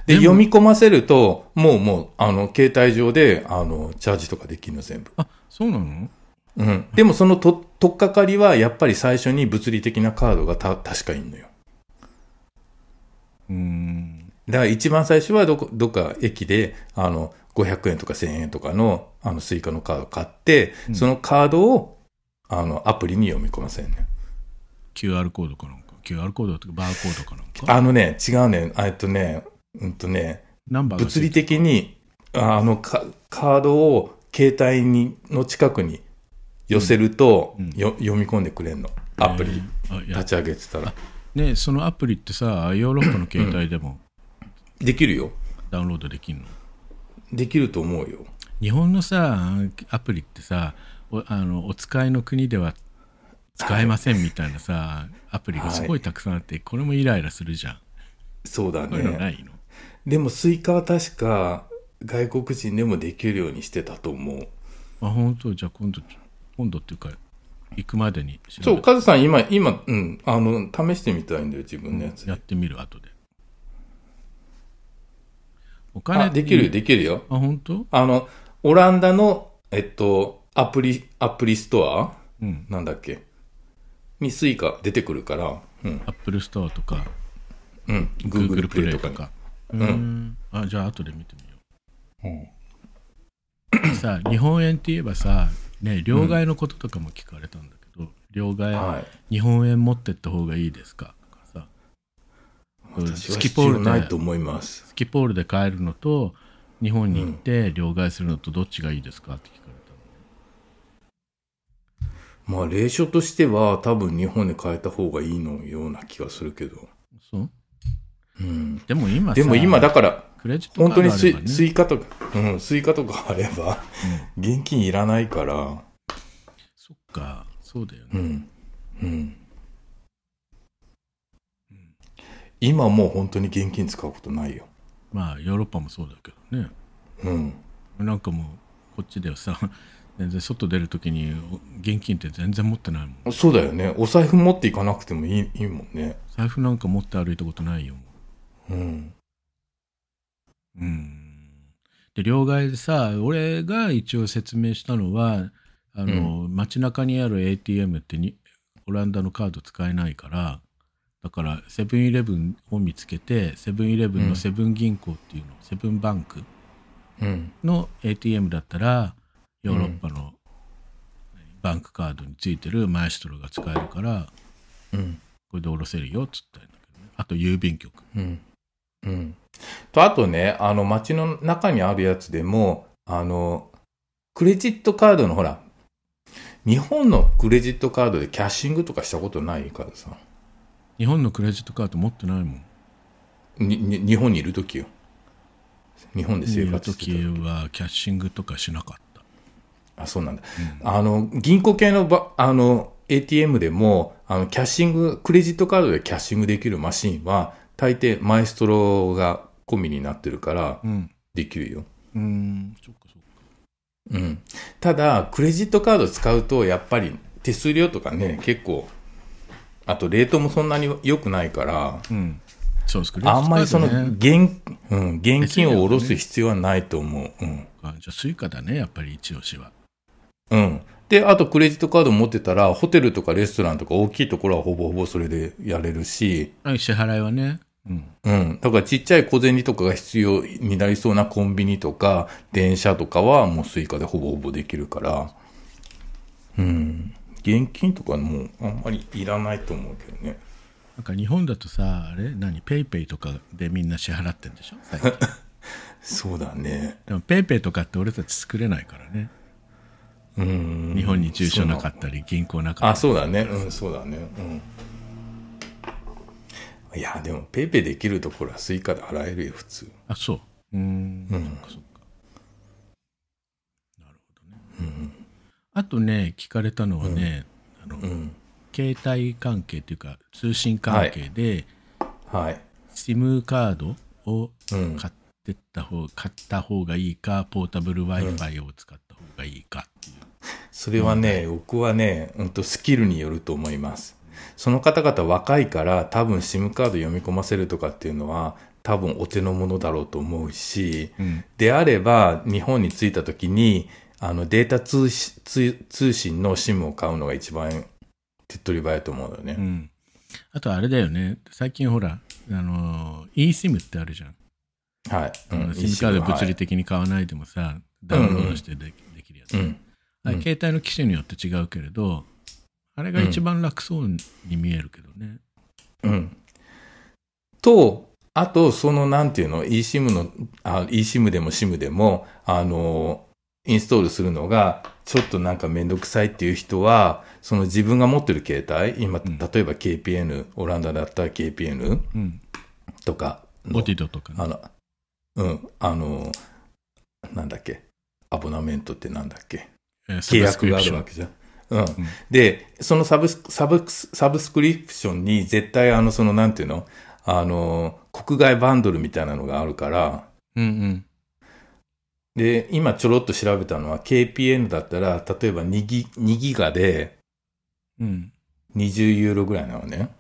Speaker 2: で、読み込ませると、もうもう、あの、携帯上で、あの、チャージとかできるの全部。
Speaker 1: あそうなの
Speaker 2: うん。でもそのと、とっかかりは、やっぱり最初に物理的なカードがた、確かいんのよ。
Speaker 1: うーん
Speaker 2: だから一番最初はどこ、どっか駅で、あの、500円とか1000円とかの、あの、スイカのカード買って、そのカードを、あの、アプリに読み込ませるね。
Speaker 1: QR コードかなんか QR コードとかバーコードかなんか
Speaker 2: あのね、違うね、えっとね、うんとね、
Speaker 1: ナンバーがつ
Speaker 2: 物
Speaker 1: い
Speaker 2: 理的に、ああの、かカードを携帯に、の近くに寄せると、
Speaker 1: うん
Speaker 2: よ読み込んでくれんの。アプリ、
Speaker 1: えーあいや
Speaker 2: 立ち上げてたら。
Speaker 1: ねそのアプリってさヨーロッパの携帯でも
Speaker 2: できるよ。
Speaker 1: ダウンロードできるの、
Speaker 2: できると思うよ。
Speaker 1: 日本のさアプリってさおあのお使いの国では使えませんみたいなさ、アプリがすごいたくさんあって、これもイライラするじゃん
Speaker 2: そうだ
Speaker 1: そういうのな
Speaker 2: ね。
Speaker 1: いの
Speaker 2: でも、スイカは確か、外国人でもできるようにしてたと思う。
Speaker 1: あ本当じゃあ今度今度っていうか行くまでに調べて
Speaker 2: そう、カズさん今、今、うん、あの、試してみたいんだよ、自分のやつ。
Speaker 1: やってみる後でお
Speaker 2: あ、
Speaker 1: 金
Speaker 2: できるよ、できるよ。
Speaker 1: あ本当
Speaker 2: あの、オランダの、えっと、アプリ、アプリストア
Speaker 1: うん。
Speaker 2: なんだっけにスイカ出てくるから、うん、
Speaker 1: Apple Store とか
Speaker 2: うん、
Speaker 1: Google
Speaker 2: Google
Speaker 1: Play
Speaker 2: Play
Speaker 1: と
Speaker 2: と
Speaker 1: か
Speaker 2: か
Speaker 1: と
Speaker 2: に
Speaker 1: か。うーん。あ、じゃあ後で見てみよう。
Speaker 2: うん
Speaker 1: さ日本円って言えばさ、ね、両替のこととかも聞かれたんだけど、両替、
Speaker 2: はい。
Speaker 1: 日本円持ってった方がいいですかとかさうん
Speaker 2: 私
Speaker 1: ス
Speaker 2: は
Speaker 1: キポ
Speaker 2: 必
Speaker 1: ー
Speaker 2: 要
Speaker 1: ル
Speaker 2: ない
Speaker 1: で
Speaker 2: と思います。
Speaker 1: スキポールで買えるのと日本に行って両替するのとどっちがいいですかって聞かれたの、
Speaker 2: まあ、例書としては、多分日本で変えた方がいいのような気がするけど。
Speaker 1: そう
Speaker 2: うん。
Speaker 1: でも今さ
Speaker 2: でも今、だから、
Speaker 1: クレジット
Speaker 2: 本
Speaker 1: カ
Speaker 2: 当
Speaker 1: ー
Speaker 2: に
Speaker 1: ドあ
Speaker 2: ス
Speaker 1: れ
Speaker 2: イ,、
Speaker 1: ばね
Speaker 2: スイカとか、うん、スイカとかあれば、現金いらないから、
Speaker 1: そっかそうだよね、
Speaker 2: うん。うん。今もう本当に現金使うことないよ。
Speaker 1: まあヨーロッパもそうだけどね
Speaker 2: うん。
Speaker 1: なんかもうこっちではさ 全然外出るときに現金って全然持ってないもん
Speaker 2: そうだよね。お財布持っていかなくてもいいいいもんね。
Speaker 1: 財布なんか持って歩いたことないよ
Speaker 2: うん。
Speaker 1: うんで両替でさ俺が一応説明したのはあの、街中にある ATM ってにオランダのカード使えないからだからセブンイレブンを見つけてセブンイレブン
Speaker 2: う
Speaker 1: の
Speaker 2: ん
Speaker 1: セブン銀行っていうの、セブンバンク
Speaker 2: うん。
Speaker 1: の ATM だったらヨーロッパのバンクカードについてるマエストロが使えるから
Speaker 2: うん。
Speaker 1: これで下ろせるよっつったんだけどねあと郵便局
Speaker 2: うん。うん。と、あとね、あの、街の中にあるやつでも、あの、クレジットカードのほら、日本のクレジットカードでキャッシングとかしたことないからさ。
Speaker 1: 日本のクレジットカード持ってないもん
Speaker 2: に、に日本にいるときよ。日本で
Speaker 1: い
Speaker 2: 生
Speaker 1: う
Speaker 2: 活して
Speaker 1: 時
Speaker 2: た
Speaker 1: はキャッシングとかしなかった
Speaker 2: あ、そうなんだ。あの、銀行系のば、あの、ATM でも、あの、キャッシング、クレジットカードでキャッシングできるマシンは、大抵マエストロが込みになってるから、
Speaker 1: うん
Speaker 2: できるよ。
Speaker 1: うんそっかそっか
Speaker 2: うん。ただ、クレジットカード使うと、やっぱり手数料とかね、結構、あと、レートもそんなに良くないから、
Speaker 1: うんそうですクレジッ
Speaker 2: あ
Speaker 1: ト
Speaker 2: ん
Speaker 1: カ
Speaker 2: まり
Speaker 1: ー
Speaker 2: そ
Speaker 1: ド
Speaker 2: の、
Speaker 1: ね
Speaker 2: 現、うん、現
Speaker 1: 手数料
Speaker 2: 金
Speaker 1: ね
Speaker 2: を下ろす必要はないと思う。うん。
Speaker 1: あじゃあスイカだねやっぱり一押しは
Speaker 2: うん。で、あとクレジットカード持ってたら、ホテルとかレストランとか大きいところはほぼほぼそれでやれるし、
Speaker 1: はい支払いはねうん
Speaker 2: うん。だからちっちゃい小銭とかが必要になりそうなコンビニとか、電車とかはもうスイカでほぼほぼできるから、うん。現金とかもうあんまりいらないと思うけどね。
Speaker 1: なんか日本だとさあれ何ペイペイとかでみんな支払ってんでしょ 最近
Speaker 2: そうだね。
Speaker 1: でもペイペイとかって俺たち作れないからね
Speaker 2: うん。
Speaker 1: 日本に住所なかったり銀行なか
Speaker 2: あ、
Speaker 1: ったり
Speaker 2: そうだね。うん、そうだね。うん。いや、でも、ペイペイできるところはスイカで払えるよ、普通。
Speaker 1: あそううん
Speaker 2: うん
Speaker 1: そっかそっかなるほどねあとね聞かれたのはねあの
Speaker 2: うん。
Speaker 1: 携帯関係っていうか通信関係で
Speaker 2: はい。
Speaker 1: SIM カードを
Speaker 2: うん。
Speaker 1: 買ってった方、買った方がいいかポータブル w i f i を使った方がいいかっていう、
Speaker 2: それはね、僕はね、うんとスキルによると思います。その方々若いから多分 SIM カード読み込ませるとかっていうのは多分お手の物だろうと思うし、であれば日本に着いた時にあのデータ通し通通信の SIM を買うのが一番手っ取り早いと思うんだよね。
Speaker 1: うんあとあれだよね最近ほらあのー eSIM ってあるじゃん、
Speaker 2: はい。うん
Speaker 1: SIM カード物理
Speaker 2: はい
Speaker 1: 的に買わないでもさ、ダウンロードしてで,、できるやつ、
Speaker 2: うん。
Speaker 1: あれ携帯の機種によって違うけれどあれが一番楽そうに見えるけどね、
Speaker 2: うん。と、あと、その、なんていうの、eSIM の、あ eSIM でも SIM でも、あの、インストールするのが、ちょっとなんかめんどくさいっていう人は、その自分が持ってる携帯、今、
Speaker 1: ん
Speaker 2: 例えば KPN、オランダだったら KPN
Speaker 1: うん、
Speaker 2: とかの
Speaker 1: ボディドとかね
Speaker 2: あの、うん、あの、なんだっけ、アボナメントってなんだっけ、
Speaker 1: えー
Speaker 2: 契約
Speaker 1: サブスクリ
Speaker 2: があ
Speaker 1: プシ
Speaker 2: る
Speaker 1: ョ
Speaker 2: わ
Speaker 1: ン
Speaker 2: けじゃん。うん。で、そのサブスサブスサブスクリプションに絶対あの、そのなんていうのあの、国外バンドルみたいなのがあるから、
Speaker 1: うんうん
Speaker 2: で、今ちょろっと調べたのは KPN だったら、例えば2ギ ,2 ギガで
Speaker 1: うん
Speaker 2: 20ユーロぐらいなのね。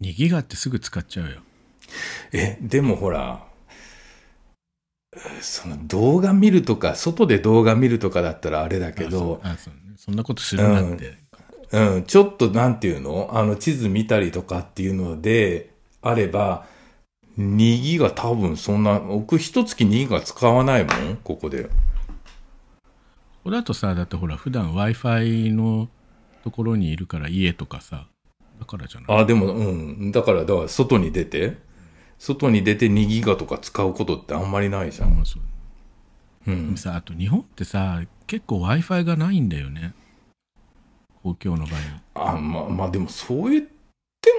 Speaker 1: 2ギガってすぐ使っちゃうよ
Speaker 2: え、でもほら、その動画見るとか、外で動画見るとかだったらあれだけ
Speaker 1: あそう
Speaker 2: ど、
Speaker 1: あそうねそんなことするなんて、
Speaker 2: うん、ちょっとなんていうのあの、地図見たりとかっていうので、あれば、2ギガ多分そんな、僕一月2ギガ使わないもん、ここで。
Speaker 1: これだとさだってほら普段 w i f i のところにいるから家とかさだからじゃない
Speaker 2: あ、でも、うん。だから、だから外に出て、外に出て2ギガとか使うことってあんまりないじゃん。
Speaker 1: まあそう
Speaker 2: う
Speaker 1: で
Speaker 2: ん
Speaker 1: も。さあと日本ってさ結構 w i f i がないんだよね公共の場合
Speaker 2: あ、まあ、まあでもそう言って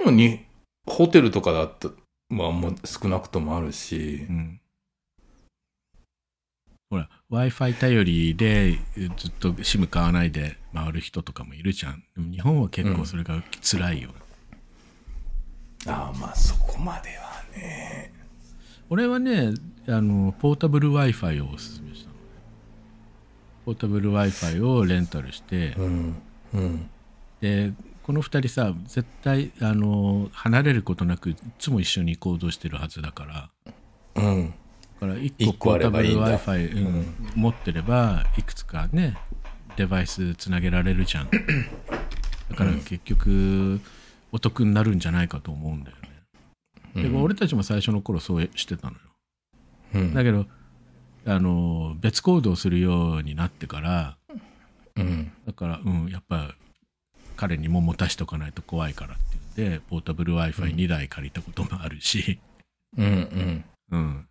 Speaker 2: もに、ホテルとかだった、まあもう少なくともあるし
Speaker 1: う、んほら w i f i 頼りでえずっと SIM 買わないで回る人とかもいるじゃんでも日本は結構それが辛いよ、
Speaker 2: あまあそこまではね。
Speaker 1: 俺はねあのポータブル w i f i をおすすめしたのポータブル w i f i をレンタルして、
Speaker 2: うん。うん。
Speaker 1: でこの2人さ絶対あの離れることなくいつも一緒に行動してるはずだから
Speaker 2: うん。
Speaker 1: だから1
Speaker 2: 一
Speaker 1: 個ポ
Speaker 2: 個あ
Speaker 1: ータブ
Speaker 2: ればいい
Speaker 1: ル
Speaker 2: ん
Speaker 1: w
Speaker 2: だ
Speaker 1: i f i 持ってればいくつかねデバイスつなげられるじゃ んだから結局お得になるんじゃないかと思うんだよね、でも俺たちも最初の頃そうしてたのよ
Speaker 2: うん
Speaker 1: だけどあの別行動するようになってから
Speaker 2: うん。
Speaker 1: だからうんやっぱ彼にも持たしておかないと怖いからっていうんでポータブル w i f i 2台借りたこともあるし
Speaker 2: うん。うん。
Speaker 1: うん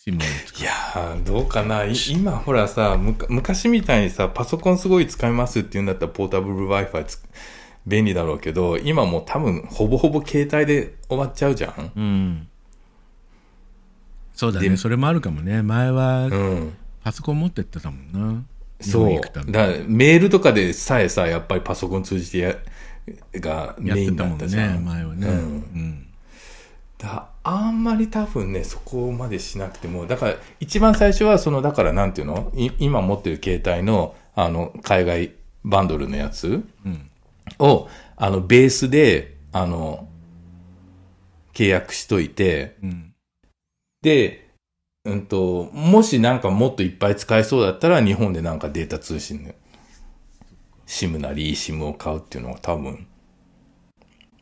Speaker 1: シムを使
Speaker 2: いやー、どうかない今ほらさ、むか昔みたいにさ、パソコンすごい使いますって言うんだったらポータブル Wi-Fi つ便利だろうけど、今もう多分ほぼほぼ携帯で終わっちゃうじゃん
Speaker 1: ううんそうだ
Speaker 2: で
Speaker 1: ねそれもあるかもね前は
Speaker 2: うん。
Speaker 1: パソコン持ってってたもんな日
Speaker 2: そ
Speaker 1: 本
Speaker 2: う
Speaker 1: 行くた。め
Speaker 2: だからメールとかでさえさ、やっぱりパソコン通じてや、が
Speaker 1: やっ
Speaker 2: メイ
Speaker 1: て
Speaker 2: ン
Speaker 1: た
Speaker 2: だ
Speaker 1: も
Speaker 2: っ
Speaker 1: ん
Speaker 2: たじゃ
Speaker 1: ね
Speaker 2: ん。
Speaker 1: 前はね
Speaker 2: うん
Speaker 1: うん
Speaker 2: だあんまり多分ね、そこまでしなくても、だから、一番最初は、その、だから、なんていうのい今持ってる携帯の、あの、海外バンドルのやつ
Speaker 1: うん
Speaker 2: を、あの、ベースで、あの、契約しといて、
Speaker 1: うん
Speaker 2: で、うんと、もしなんかもっといっぱい使えそうだったら、日本でなんかデータ通信の、SIM なり eSIM を買うっていうのが多分、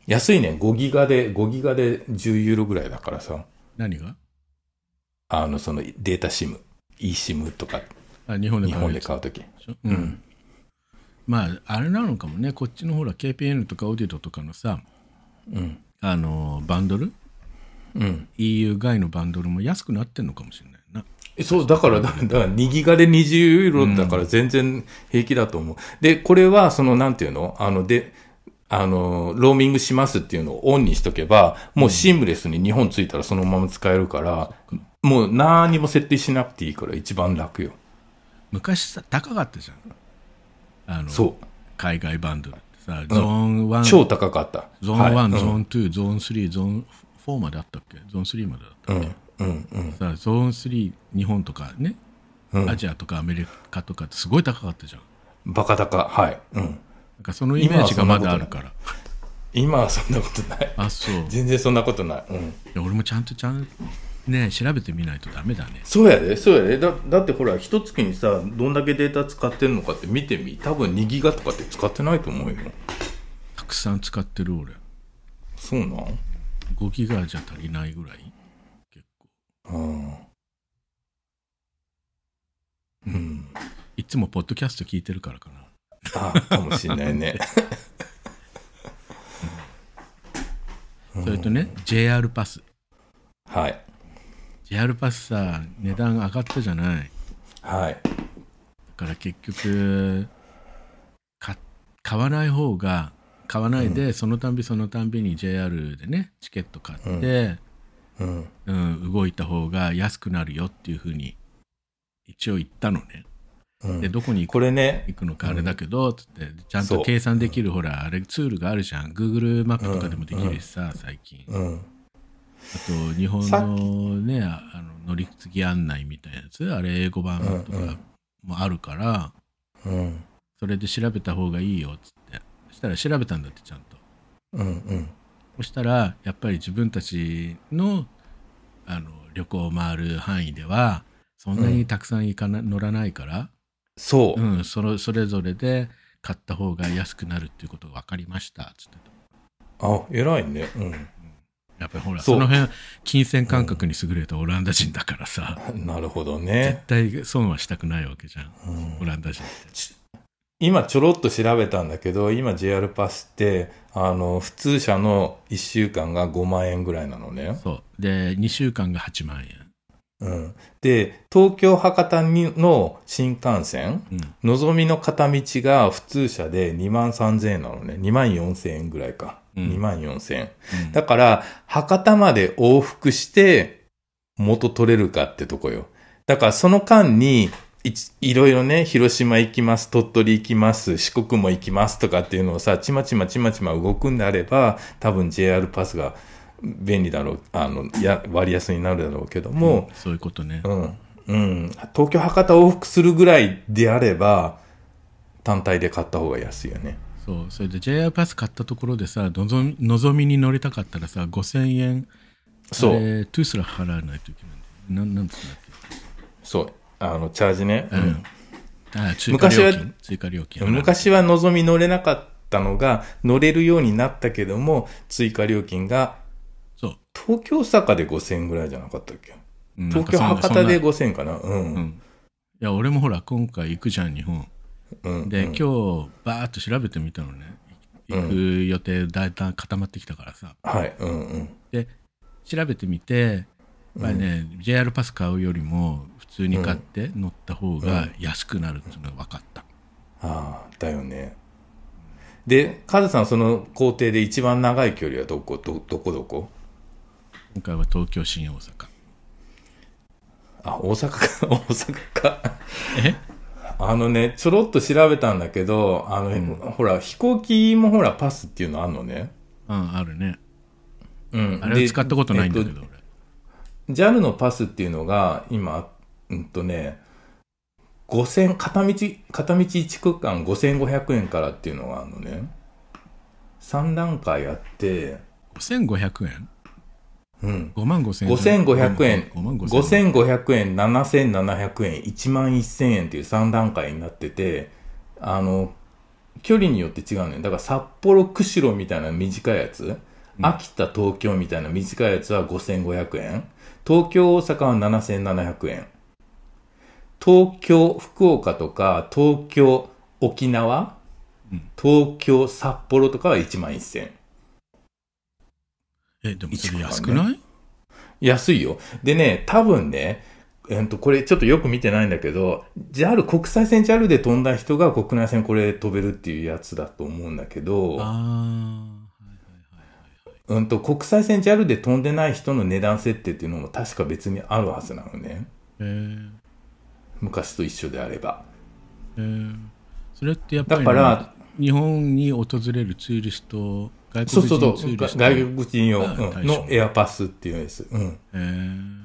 Speaker 2: 安いね。5ギガで、5ギガで10ユーロぐらいだからさ。
Speaker 1: 何が
Speaker 2: あの、そのデータ SIM、eSIM とか、
Speaker 1: あ日本で
Speaker 2: 日
Speaker 1: 買う
Speaker 2: 本
Speaker 1: や
Speaker 2: で
Speaker 1: つ
Speaker 2: 買うとき。
Speaker 1: でしょうんまああれなのかもねこっちのほら KPN とかオーディトとかのさ
Speaker 2: うん。
Speaker 1: あのバンドル
Speaker 2: うん。
Speaker 1: EU 外のバンドルも安くなってんのかもしれないな
Speaker 2: えそう、だから、だだから2ギガで20ユーロだから全然平気だと思う。で、これは、その、なんていうのあの、で、あの、ローミングしますっていうのをオンにしとけば、もうシームレスに日本着いたらそのまま使えるから、もう何も設定しなくていいから一番楽よ。
Speaker 1: 昔さ高かったじゃんあの
Speaker 2: そう。
Speaker 1: 海外バンドルってさゾーン1、
Speaker 2: 超高かった。
Speaker 1: ゾーン1、
Speaker 2: はい
Speaker 1: ゾーン2ゾーン3ゾーン4まであったっけゾーン3まであった
Speaker 2: うん。うん。うん。
Speaker 1: さゾーン3日本とかね、
Speaker 2: うん
Speaker 1: アジアとかアメリカとかってすごい高かったじゃん
Speaker 2: バカ高。はい。うん。
Speaker 1: なんかそのイメージが
Speaker 2: 今は
Speaker 1: ま
Speaker 2: そんな
Speaker 1: だ
Speaker 2: こと
Speaker 1: あるから
Speaker 2: 今はそんなことない。
Speaker 1: あそうい
Speaker 2: 全然そんなことない。うん。
Speaker 1: や俺もちゃんとちゃんね調べてみないとダメだね
Speaker 2: そうやで、そうやで。だだってほら、一月にさ、どんだけデータ使ってんのかって見てみ。多分2ギガとかって使ってないと思うよ。
Speaker 1: たくさん使ってる俺
Speaker 2: そうなん
Speaker 1: 5ギガじゃ足りないぐらい結構
Speaker 2: うん。うん。
Speaker 1: いつもポッドキャスト聞いてるからかな
Speaker 2: あ、かもしんないね。
Speaker 1: それとね JR パス
Speaker 2: はい。
Speaker 1: JR パスさ値段上がったじゃない
Speaker 2: はい。
Speaker 1: だから結局か買わない方が買わないで、そのたんびそのたんびに JR でねチケット買って、
Speaker 2: うん。
Speaker 1: うん動いた方が安くなるよっていうふうに一応言ったのね、
Speaker 2: うん
Speaker 1: でどこに行
Speaker 2: こ
Speaker 1: く
Speaker 2: れね、
Speaker 1: 行くのかあれだけど、つってちゃん
Speaker 2: そ
Speaker 1: と
Speaker 2: う
Speaker 1: 計算できる、ほらあれツールがあるじゃん Google マップとかでもできるしさ、最近
Speaker 2: うん。
Speaker 1: あと日本
Speaker 2: さっ
Speaker 1: のねああの乗り継ぎ案内みたいなやつあれ英語版と
Speaker 2: うんう
Speaker 1: か
Speaker 2: ん
Speaker 1: もあるから、
Speaker 2: うん。
Speaker 1: それで調べた方がいいよっつってそしたら調べたんだってちゃんと
Speaker 2: うん。うん。
Speaker 1: そしたらやっぱり自分たちのあの旅行を回る範囲ではそそんなにたくさん行かな乗らないから、
Speaker 2: そうう、
Speaker 1: ん、それそれぞれで買った方が安くなるっていうことが分かりましたつってた
Speaker 2: あ偉いねう
Speaker 1: やっぱりほら
Speaker 2: そ
Speaker 1: そうの辺金銭感覚に優れたオランダ人だからさ、
Speaker 2: んなるほど
Speaker 1: 絶
Speaker 2: ね
Speaker 1: 対損はしたくないわけじゃん、オランダ人って
Speaker 2: 今ちょろっと調べたんだけど今 JR パスってあの普通車の1週間が5万円ぐらいなのね、
Speaker 1: そうで2週間が8万円
Speaker 2: うん、で東京博多にの新幹線
Speaker 1: うん
Speaker 2: のぞみの片道が普通車で2万3000円なのね2万4000円ぐらいか、
Speaker 1: うん
Speaker 2: 2万4000円
Speaker 1: うん
Speaker 2: だから、博多まで往復して、元取れるかってとこよ。だから、その間に、いちいろいろね、広島行きます、鳥取行きます、四国も行きますとかっていうのをさ、ちまちまちまちま動くんであれば、多分 JR パスが便利だろう、あの、や割安になるだろうけども、
Speaker 1: そういうことね、
Speaker 2: うん、うん、東京博多往復するぐらいであれば、単体で買った方が安いよね。
Speaker 1: そうそれで JR パス買ったところでさのぞのぞみに乗りたかったらさ5000円
Speaker 2: そう
Speaker 1: あれトゥースラ払わないといけないなんなんつうんだっ
Speaker 2: そう、あの、チャージね。
Speaker 1: け、うんあ追加
Speaker 2: 昔
Speaker 1: 料
Speaker 2: は
Speaker 1: 金追加料金払わない
Speaker 2: 昔はのぞみ乗れなかったのが、乗れるようになったけども、追加料金が、
Speaker 1: そう
Speaker 2: 東京大阪で5000円ぐらいじゃなかったっけ
Speaker 1: うんなん
Speaker 2: 東
Speaker 1: か
Speaker 2: 京
Speaker 1: そんな
Speaker 2: 博多で
Speaker 1: そんな
Speaker 2: 5000円かなうん。
Speaker 1: うんいや俺もほら今回行くじゃん日本
Speaker 2: うん
Speaker 1: で、
Speaker 2: うん
Speaker 1: 今日バーッと調べてみたのね行く予定だいたい固まってきたからさ
Speaker 2: はい、うんうん。
Speaker 1: で調べてみてやっぱりね、JR パス買うよりも普通に買って乗った方が安くなるっていうのが分かった、
Speaker 2: ああ、だよね。で、カズさん、その工程で一番長い距離はどこ、ど、どこどこ
Speaker 1: 今回は東京新大阪
Speaker 2: あ、大阪か、 大阪か。
Speaker 1: え
Speaker 2: あのね、ちょろっと調べたんだけど、あの、ほら、飛行機もほら、パスっていうのあんのね。
Speaker 1: うんあるね
Speaker 2: うん。
Speaker 1: あれ
Speaker 2: で
Speaker 1: は使ったことないんだけ
Speaker 2: えっ
Speaker 1: ど、俺
Speaker 2: JAL のパスっていうのが今、うんとね、5000、片道、片道1区間5500円からっていうのがあるのね。3段階あって、
Speaker 1: 5500円
Speaker 2: うん。
Speaker 1: 5万5000円
Speaker 2: 5500円、
Speaker 1: 5万5000円
Speaker 2: 5500円、7700円、1万1000円っていう3段階になってて、あの、距離によって違うね。だから札幌、釧路みたいな短いやつ、秋田、東京みたいな短いやつは5500円、東京、大阪は7700円、東京、福岡とか、東京、沖縄、東京、札幌とかは1万1000円。
Speaker 1: えでもそれ安くない、
Speaker 2: 安いよ。でね、多分ね、えっと、これちょっとよく見てないんだけど、JAL、国際線 JAL で飛んだ人が国内線これ飛べるっていうやつだと思うんだけど、
Speaker 1: ああ
Speaker 2: うんと、国際線 JAL で飛んでない人の値段設定っていうのも確か別にあるはずなのね。
Speaker 1: えー、
Speaker 2: 昔と一緒であれば。
Speaker 1: えーそれってやっぱり、
Speaker 2: だから
Speaker 1: 日本に訪れるツーリスト外
Speaker 2: そう
Speaker 1: 国
Speaker 2: そう
Speaker 1: 人
Speaker 2: そ
Speaker 1: ツー
Speaker 2: う、
Speaker 1: リ
Speaker 2: が
Speaker 1: スト
Speaker 2: 外国人用
Speaker 1: あ
Speaker 2: うん
Speaker 1: 対象
Speaker 2: のエアパスっていうやつ。うん。
Speaker 1: えー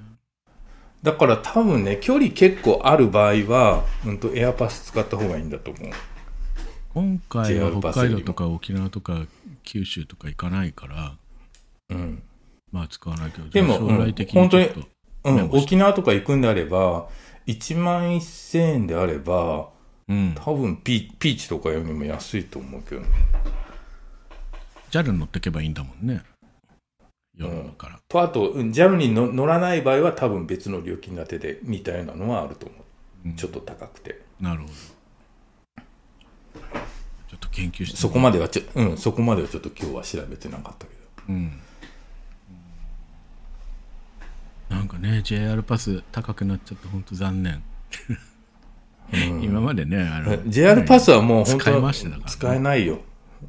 Speaker 2: だから多分ね、距離結構ある場合は、うんと、エアパス使った方がいいんだと思う。
Speaker 1: 今回は
Speaker 2: JR
Speaker 1: 北
Speaker 2: バスよ
Speaker 1: 海
Speaker 2: りも
Speaker 1: 道とか沖縄とか九州とか行かないから
Speaker 2: うん。
Speaker 1: まあ使わないけど
Speaker 2: でも
Speaker 1: じゃあ将来的
Speaker 2: うん
Speaker 1: にちょっ
Speaker 2: 本
Speaker 1: と
Speaker 2: 当にう
Speaker 1: メ
Speaker 2: ん、
Speaker 1: モして
Speaker 2: 沖縄とか行くんであれば、1万1000円であれば、
Speaker 1: うん
Speaker 2: 多分ピピーチとかよりも安いと思うけどね。
Speaker 1: JAL に乗ってけばいいんだもんね夜のから、
Speaker 2: と、あと、うん JAL にの乗らない場合は多分別の料金建てで似たようなのはあると思う。
Speaker 1: うん
Speaker 2: ちょっと高くて。
Speaker 1: なるほどちょっと研究して
Speaker 2: そこまではちょ、うん、そこまではちょっと今日は調べてなかったけど。
Speaker 1: うんなんかね JR パス高くなっちゃって本当残念、 今までねあの
Speaker 2: JR パスはもう本当
Speaker 1: 使い回してたからね
Speaker 2: 使えないよ。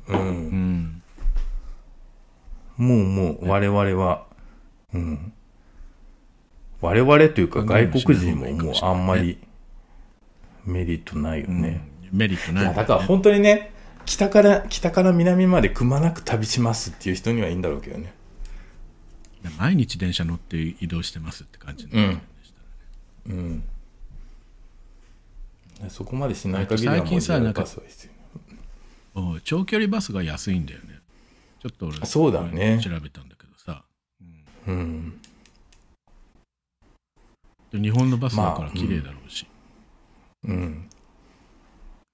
Speaker 2: うん
Speaker 1: うん
Speaker 2: もうもう我々は、うん。我々というか外国人ももうあんまりメリットないよね。
Speaker 1: メリットないいもん
Speaker 2: や、だから本当にね、北から、北から南までくまなく旅しますっていう人にはいいんだろうけどね。
Speaker 1: 毎日電車乗って移動してますって感じの、
Speaker 2: うん。うん。そこまでしない限りは
Speaker 1: 最
Speaker 2: もう
Speaker 1: 近さ
Speaker 2: JR
Speaker 1: なんか
Speaker 2: パスは必要
Speaker 1: おう長距離バスが安いんだよねちょっと俺
Speaker 2: そうだね
Speaker 1: 調べたんだけどさ
Speaker 2: うん。
Speaker 1: 日本のバスだか
Speaker 2: ま
Speaker 1: ら
Speaker 2: あ
Speaker 1: 綺麗だろうし、
Speaker 2: うん。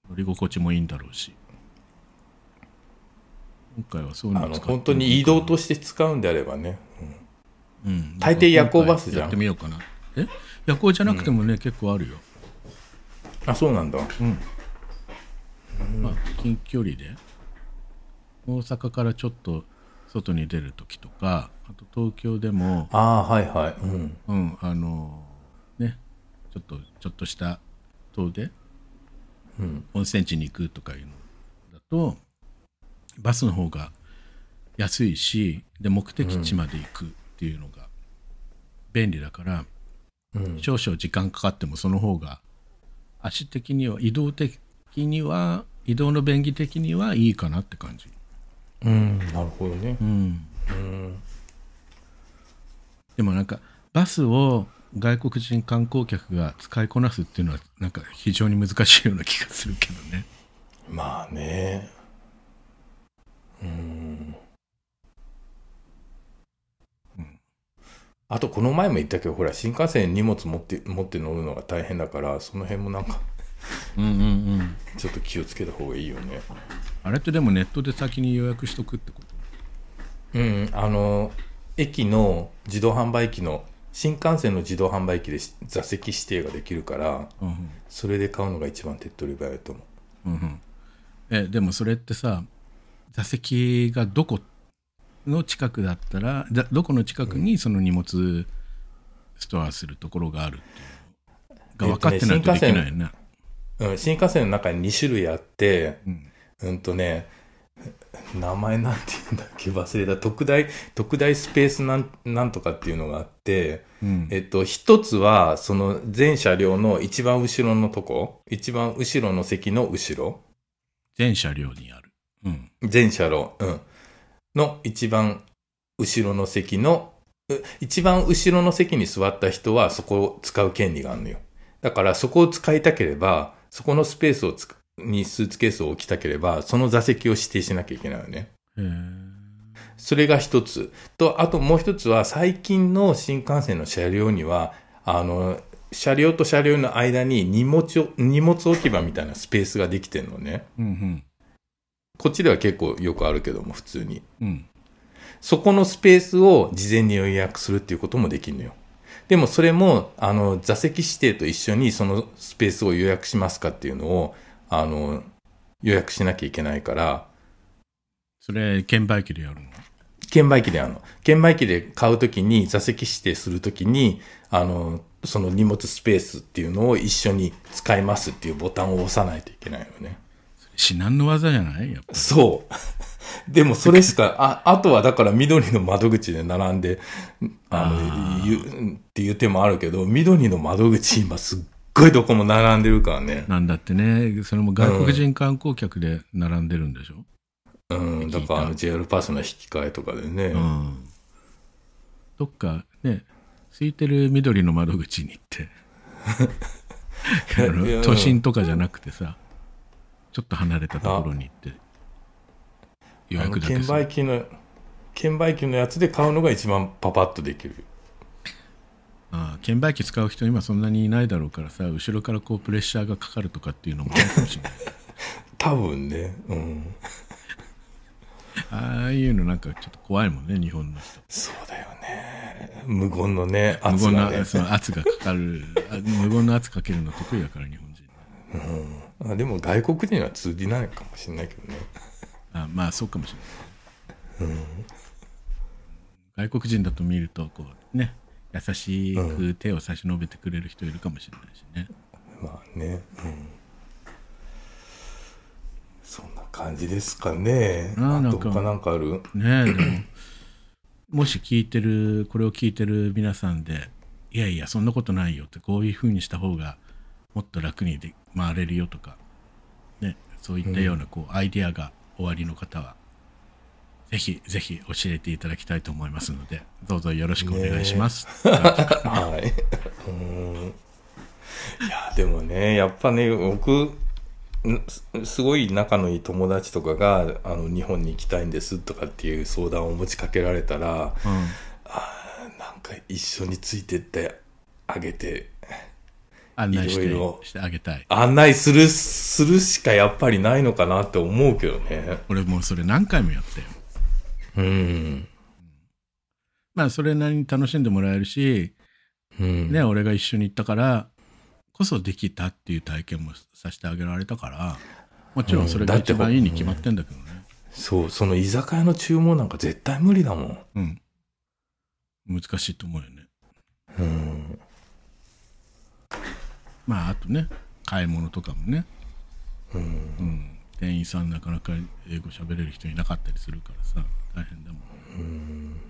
Speaker 1: 乗り心地もいいんだろうし今回はそういう
Speaker 2: あ
Speaker 1: の
Speaker 2: の、
Speaker 1: 使って
Speaker 2: 本当に移動として使うんであればね。
Speaker 1: うん
Speaker 2: 大抵夜行バスじゃん
Speaker 1: やってみようかなえ夜行じゃなくてもね、結構あるよ、
Speaker 2: あ、そうなんだ。
Speaker 1: まあ、近距離で大阪からちょっと外に出る時とかあと東京でも
Speaker 2: ああ、はいはい。うん。
Speaker 1: うん、あのね、ちょっと、ちょっとした遠出、
Speaker 2: うん
Speaker 1: 温泉地に行くとかいうのだと、バスの方が安いし、で、目的地まで行くっていうのが便利だから、
Speaker 2: うん。
Speaker 1: 少々時間かかってもその方が、足的には、移動的には、移動の便宜的にはいいかなって感じ。
Speaker 2: うん。なるほどね。
Speaker 1: うん。
Speaker 2: うん。
Speaker 1: でもなんかバスを外国人観光客が使いこなすっていうのはなんか非常に難しいような気がするけどね。
Speaker 2: まあね。うん。あと、この前も言ったけど、ほら、新幹線に荷物持って、持って乗るのが大変だから、その辺もなんか、
Speaker 1: うんうんうん。
Speaker 2: ちょっと気をつけた方がいいよね。
Speaker 1: あれってでもネットで先に予約しとくってこと
Speaker 2: うん、あの、駅の自動販売機の、新幹線の自動販売機でし座席指定ができるから、
Speaker 1: うん
Speaker 2: それで買うのが一番手っ取り早いと思
Speaker 1: うん。うんうん、えでもそれってさ座席がどこの近くだったらだどこの近くにその荷物ストアするところがあるっていうのが分かってないとできないな。
Speaker 2: う。うん、新幹線の中に2種類あって、
Speaker 1: うん
Speaker 2: うんとね、名前なんて言うんだっけ忘れた。特大、特大スペースなん、なんとかっていうのがあって、
Speaker 1: うん
Speaker 2: えっと、一つは、その全車両の一番後ろのとこ、一番後ろの席の後ろ、
Speaker 1: 全車両にある。うん
Speaker 2: 全車両、うん、の一番後ろの席の、う一番後ろの席に座った人はそこを使う権利があるのよ。だからそこを使いたければ、そこのスペースをつくにスーツケースを置きたければ、その座席を指定しなきゃいけないよね。
Speaker 1: へえ
Speaker 2: それが一つ。と、あともう一つは、最近の新幹線の車両には、あの、車両と車両の間に荷物を、荷物置き場みたいなスペースができてんのね。
Speaker 1: うんうん
Speaker 2: こっちでは結構よくあるけども、普通に。
Speaker 1: うん。
Speaker 2: そこのスペースを事前に予約するっていうこともできるのよ。でもそれも、あの、座席指定と一緒にそのスペースを予約しますかっていうのを、あの、予約しなきゃいけないから、
Speaker 1: それ券売機でやるの
Speaker 2: 券売機であの、券売機で買うときに、座席指定するときに、あの、その荷物スペースっていうのを一緒に使いますっていうボタンを押さないといけないよね。
Speaker 1: 至難の技じゃないやっぱ
Speaker 2: そう。 でもそれしか、あ、あとはだから緑の窓口で並んで、あの、言う、っていう手もあるけど、緑の窓口今すっごいどこも並んでるからね。
Speaker 1: なんだってねそれも外国人観光客で並んでるんでしょ、
Speaker 2: うん。だからあの JR パスの引き換えとかでね。
Speaker 1: うんどっかね空いてる緑の窓口に行ってあ
Speaker 2: いや
Speaker 1: の都心とかじゃなくてさちょっと離れたところに行って予
Speaker 2: あの
Speaker 1: 約だけ
Speaker 2: 券
Speaker 1: する
Speaker 2: 売機の、券売機のやつで買うのが一番パパッとできる。
Speaker 1: ああ券売機使う人今そんなにいないだろうからさ後ろからこうプレッシャーがかかるとかっていうのもあるかもし れない
Speaker 2: 多分ね。うん。
Speaker 1: ああいうのなんかちょっと怖いもんね日本の人
Speaker 2: そうだよね。無言のね、
Speaker 1: 無
Speaker 2: 圧
Speaker 1: 言
Speaker 2: が
Speaker 1: の
Speaker 2: ね。
Speaker 1: その圧がかかるあ無言の圧かけるの得意だから日本人
Speaker 2: あでも外国人は通じないかもしれないけどね。
Speaker 1: あまあそうかもしれない、外国人だと見るとこうね優しく手を差し伸べてくれる人いるかもしれないしね、
Speaker 2: まあね。うん。そんな感じですかね。
Speaker 1: あーな
Speaker 2: あ
Speaker 1: ん
Speaker 2: ど
Speaker 1: か
Speaker 2: っかなんかある
Speaker 1: ねえでももし聞いてるこれを聞いてる皆さんでいやいやそんなことないよってこういうふうにした方がもっと楽にで回れるよとか、ね、そういったようなこうアイデアが終わりの方は、ぜひぜひ教えていただきたいと思いますのでどうぞよろしくお願いします。
Speaker 2: はい。うん。いや、でもね、やっぱね、僕、んすすごい仲のいい友達とかがあの日本に行きたいんですとかっていう相談を持ちかけられたら、
Speaker 1: うん
Speaker 2: なんか一緒についてってあげて、
Speaker 1: 案内して
Speaker 2: いろいろ
Speaker 1: してあげたい。
Speaker 2: 案内する、するしかやっぱりないのかなって思うけどね。
Speaker 1: 俺もうそれ何回もやったよ。
Speaker 2: うん。
Speaker 1: まあそれなりに楽しんでもらえるし、
Speaker 2: うん。
Speaker 1: ね、俺が一緒に行ったからこそできたっていう体験もさせてあげられたから、もちろんそれが
Speaker 2: うんだって
Speaker 1: 一番いいに決まってんだけどね。
Speaker 2: そう、その居酒屋の注文なんか絶対無理だもん。
Speaker 1: うん。難しいと思うよね。
Speaker 2: うん。
Speaker 1: まああとね、買い物とかもね。
Speaker 2: うん。
Speaker 1: うん。店員さんなかなか英語喋れる人いなかったりするからさ、大変だもん。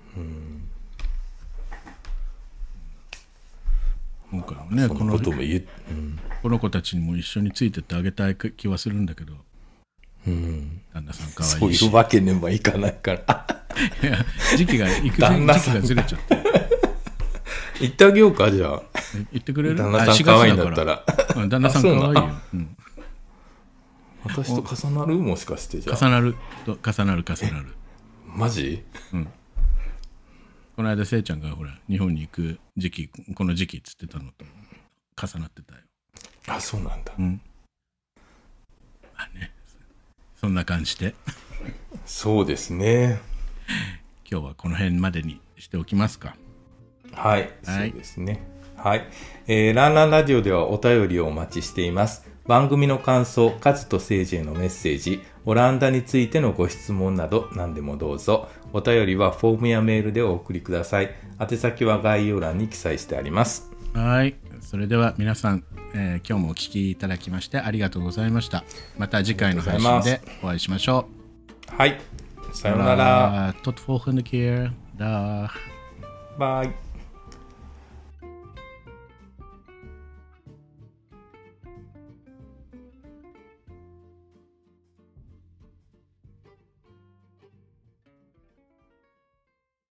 Speaker 1: 今回もね、
Speaker 2: そ
Speaker 1: こ
Speaker 2: んな
Speaker 1: の
Speaker 2: ことも言う。うん。
Speaker 1: この子たちにも一緒についてってあげたい気はするんだけど、
Speaker 2: うん。
Speaker 1: 旦那さんか
Speaker 2: そ
Speaker 1: わ
Speaker 2: う
Speaker 1: いい
Speaker 2: い
Speaker 1: し。
Speaker 2: うわけにはいかないから。
Speaker 1: いや時期が、行く
Speaker 2: 旦
Speaker 1: 前
Speaker 2: 那
Speaker 1: 時期
Speaker 2: さん
Speaker 1: がずれちゃって。
Speaker 2: 行ってあげようか、じゃあ。
Speaker 1: え言ってくれる
Speaker 2: 旦那
Speaker 1: あ
Speaker 2: さん
Speaker 1: 4
Speaker 2: 可愛いん
Speaker 1: 月
Speaker 2: だったら。
Speaker 1: うん旦那さん可愛い
Speaker 2: あそ
Speaker 1: よ
Speaker 2: うなの。
Speaker 1: うん
Speaker 2: 私と重なるもしかして、じゃあ。
Speaker 1: 重なると、重なる、重なる。
Speaker 2: マジ
Speaker 1: この間、せいちゃんがほら、日本に行く時期、この時期っつってたのと、重なってたよ。
Speaker 2: あ、そうなんだ。
Speaker 1: うん。まあね、そんな感じで、
Speaker 2: そうですね。
Speaker 1: 今日はこの辺までにしておきますか。
Speaker 2: はい、
Speaker 1: はい
Speaker 2: そうですね。はい。えー、ランランラジオではお便りをお待ちしています。番組の感想、カズと政治へのメッセージ、オランダについてのご質問など何でもどうぞ。お便りはフォームやメールでお送りください。宛先は概要欄に記載してあります。
Speaker 1: はい。それでは皆さん、えー今日もお聞きいただきましてありがとうございました。また次回の配信でお会いしましょう。
Speaker 2: はい。さようなら。
Speaker 1: Tot volgende keer. Dag.
Speaker 2: バイ。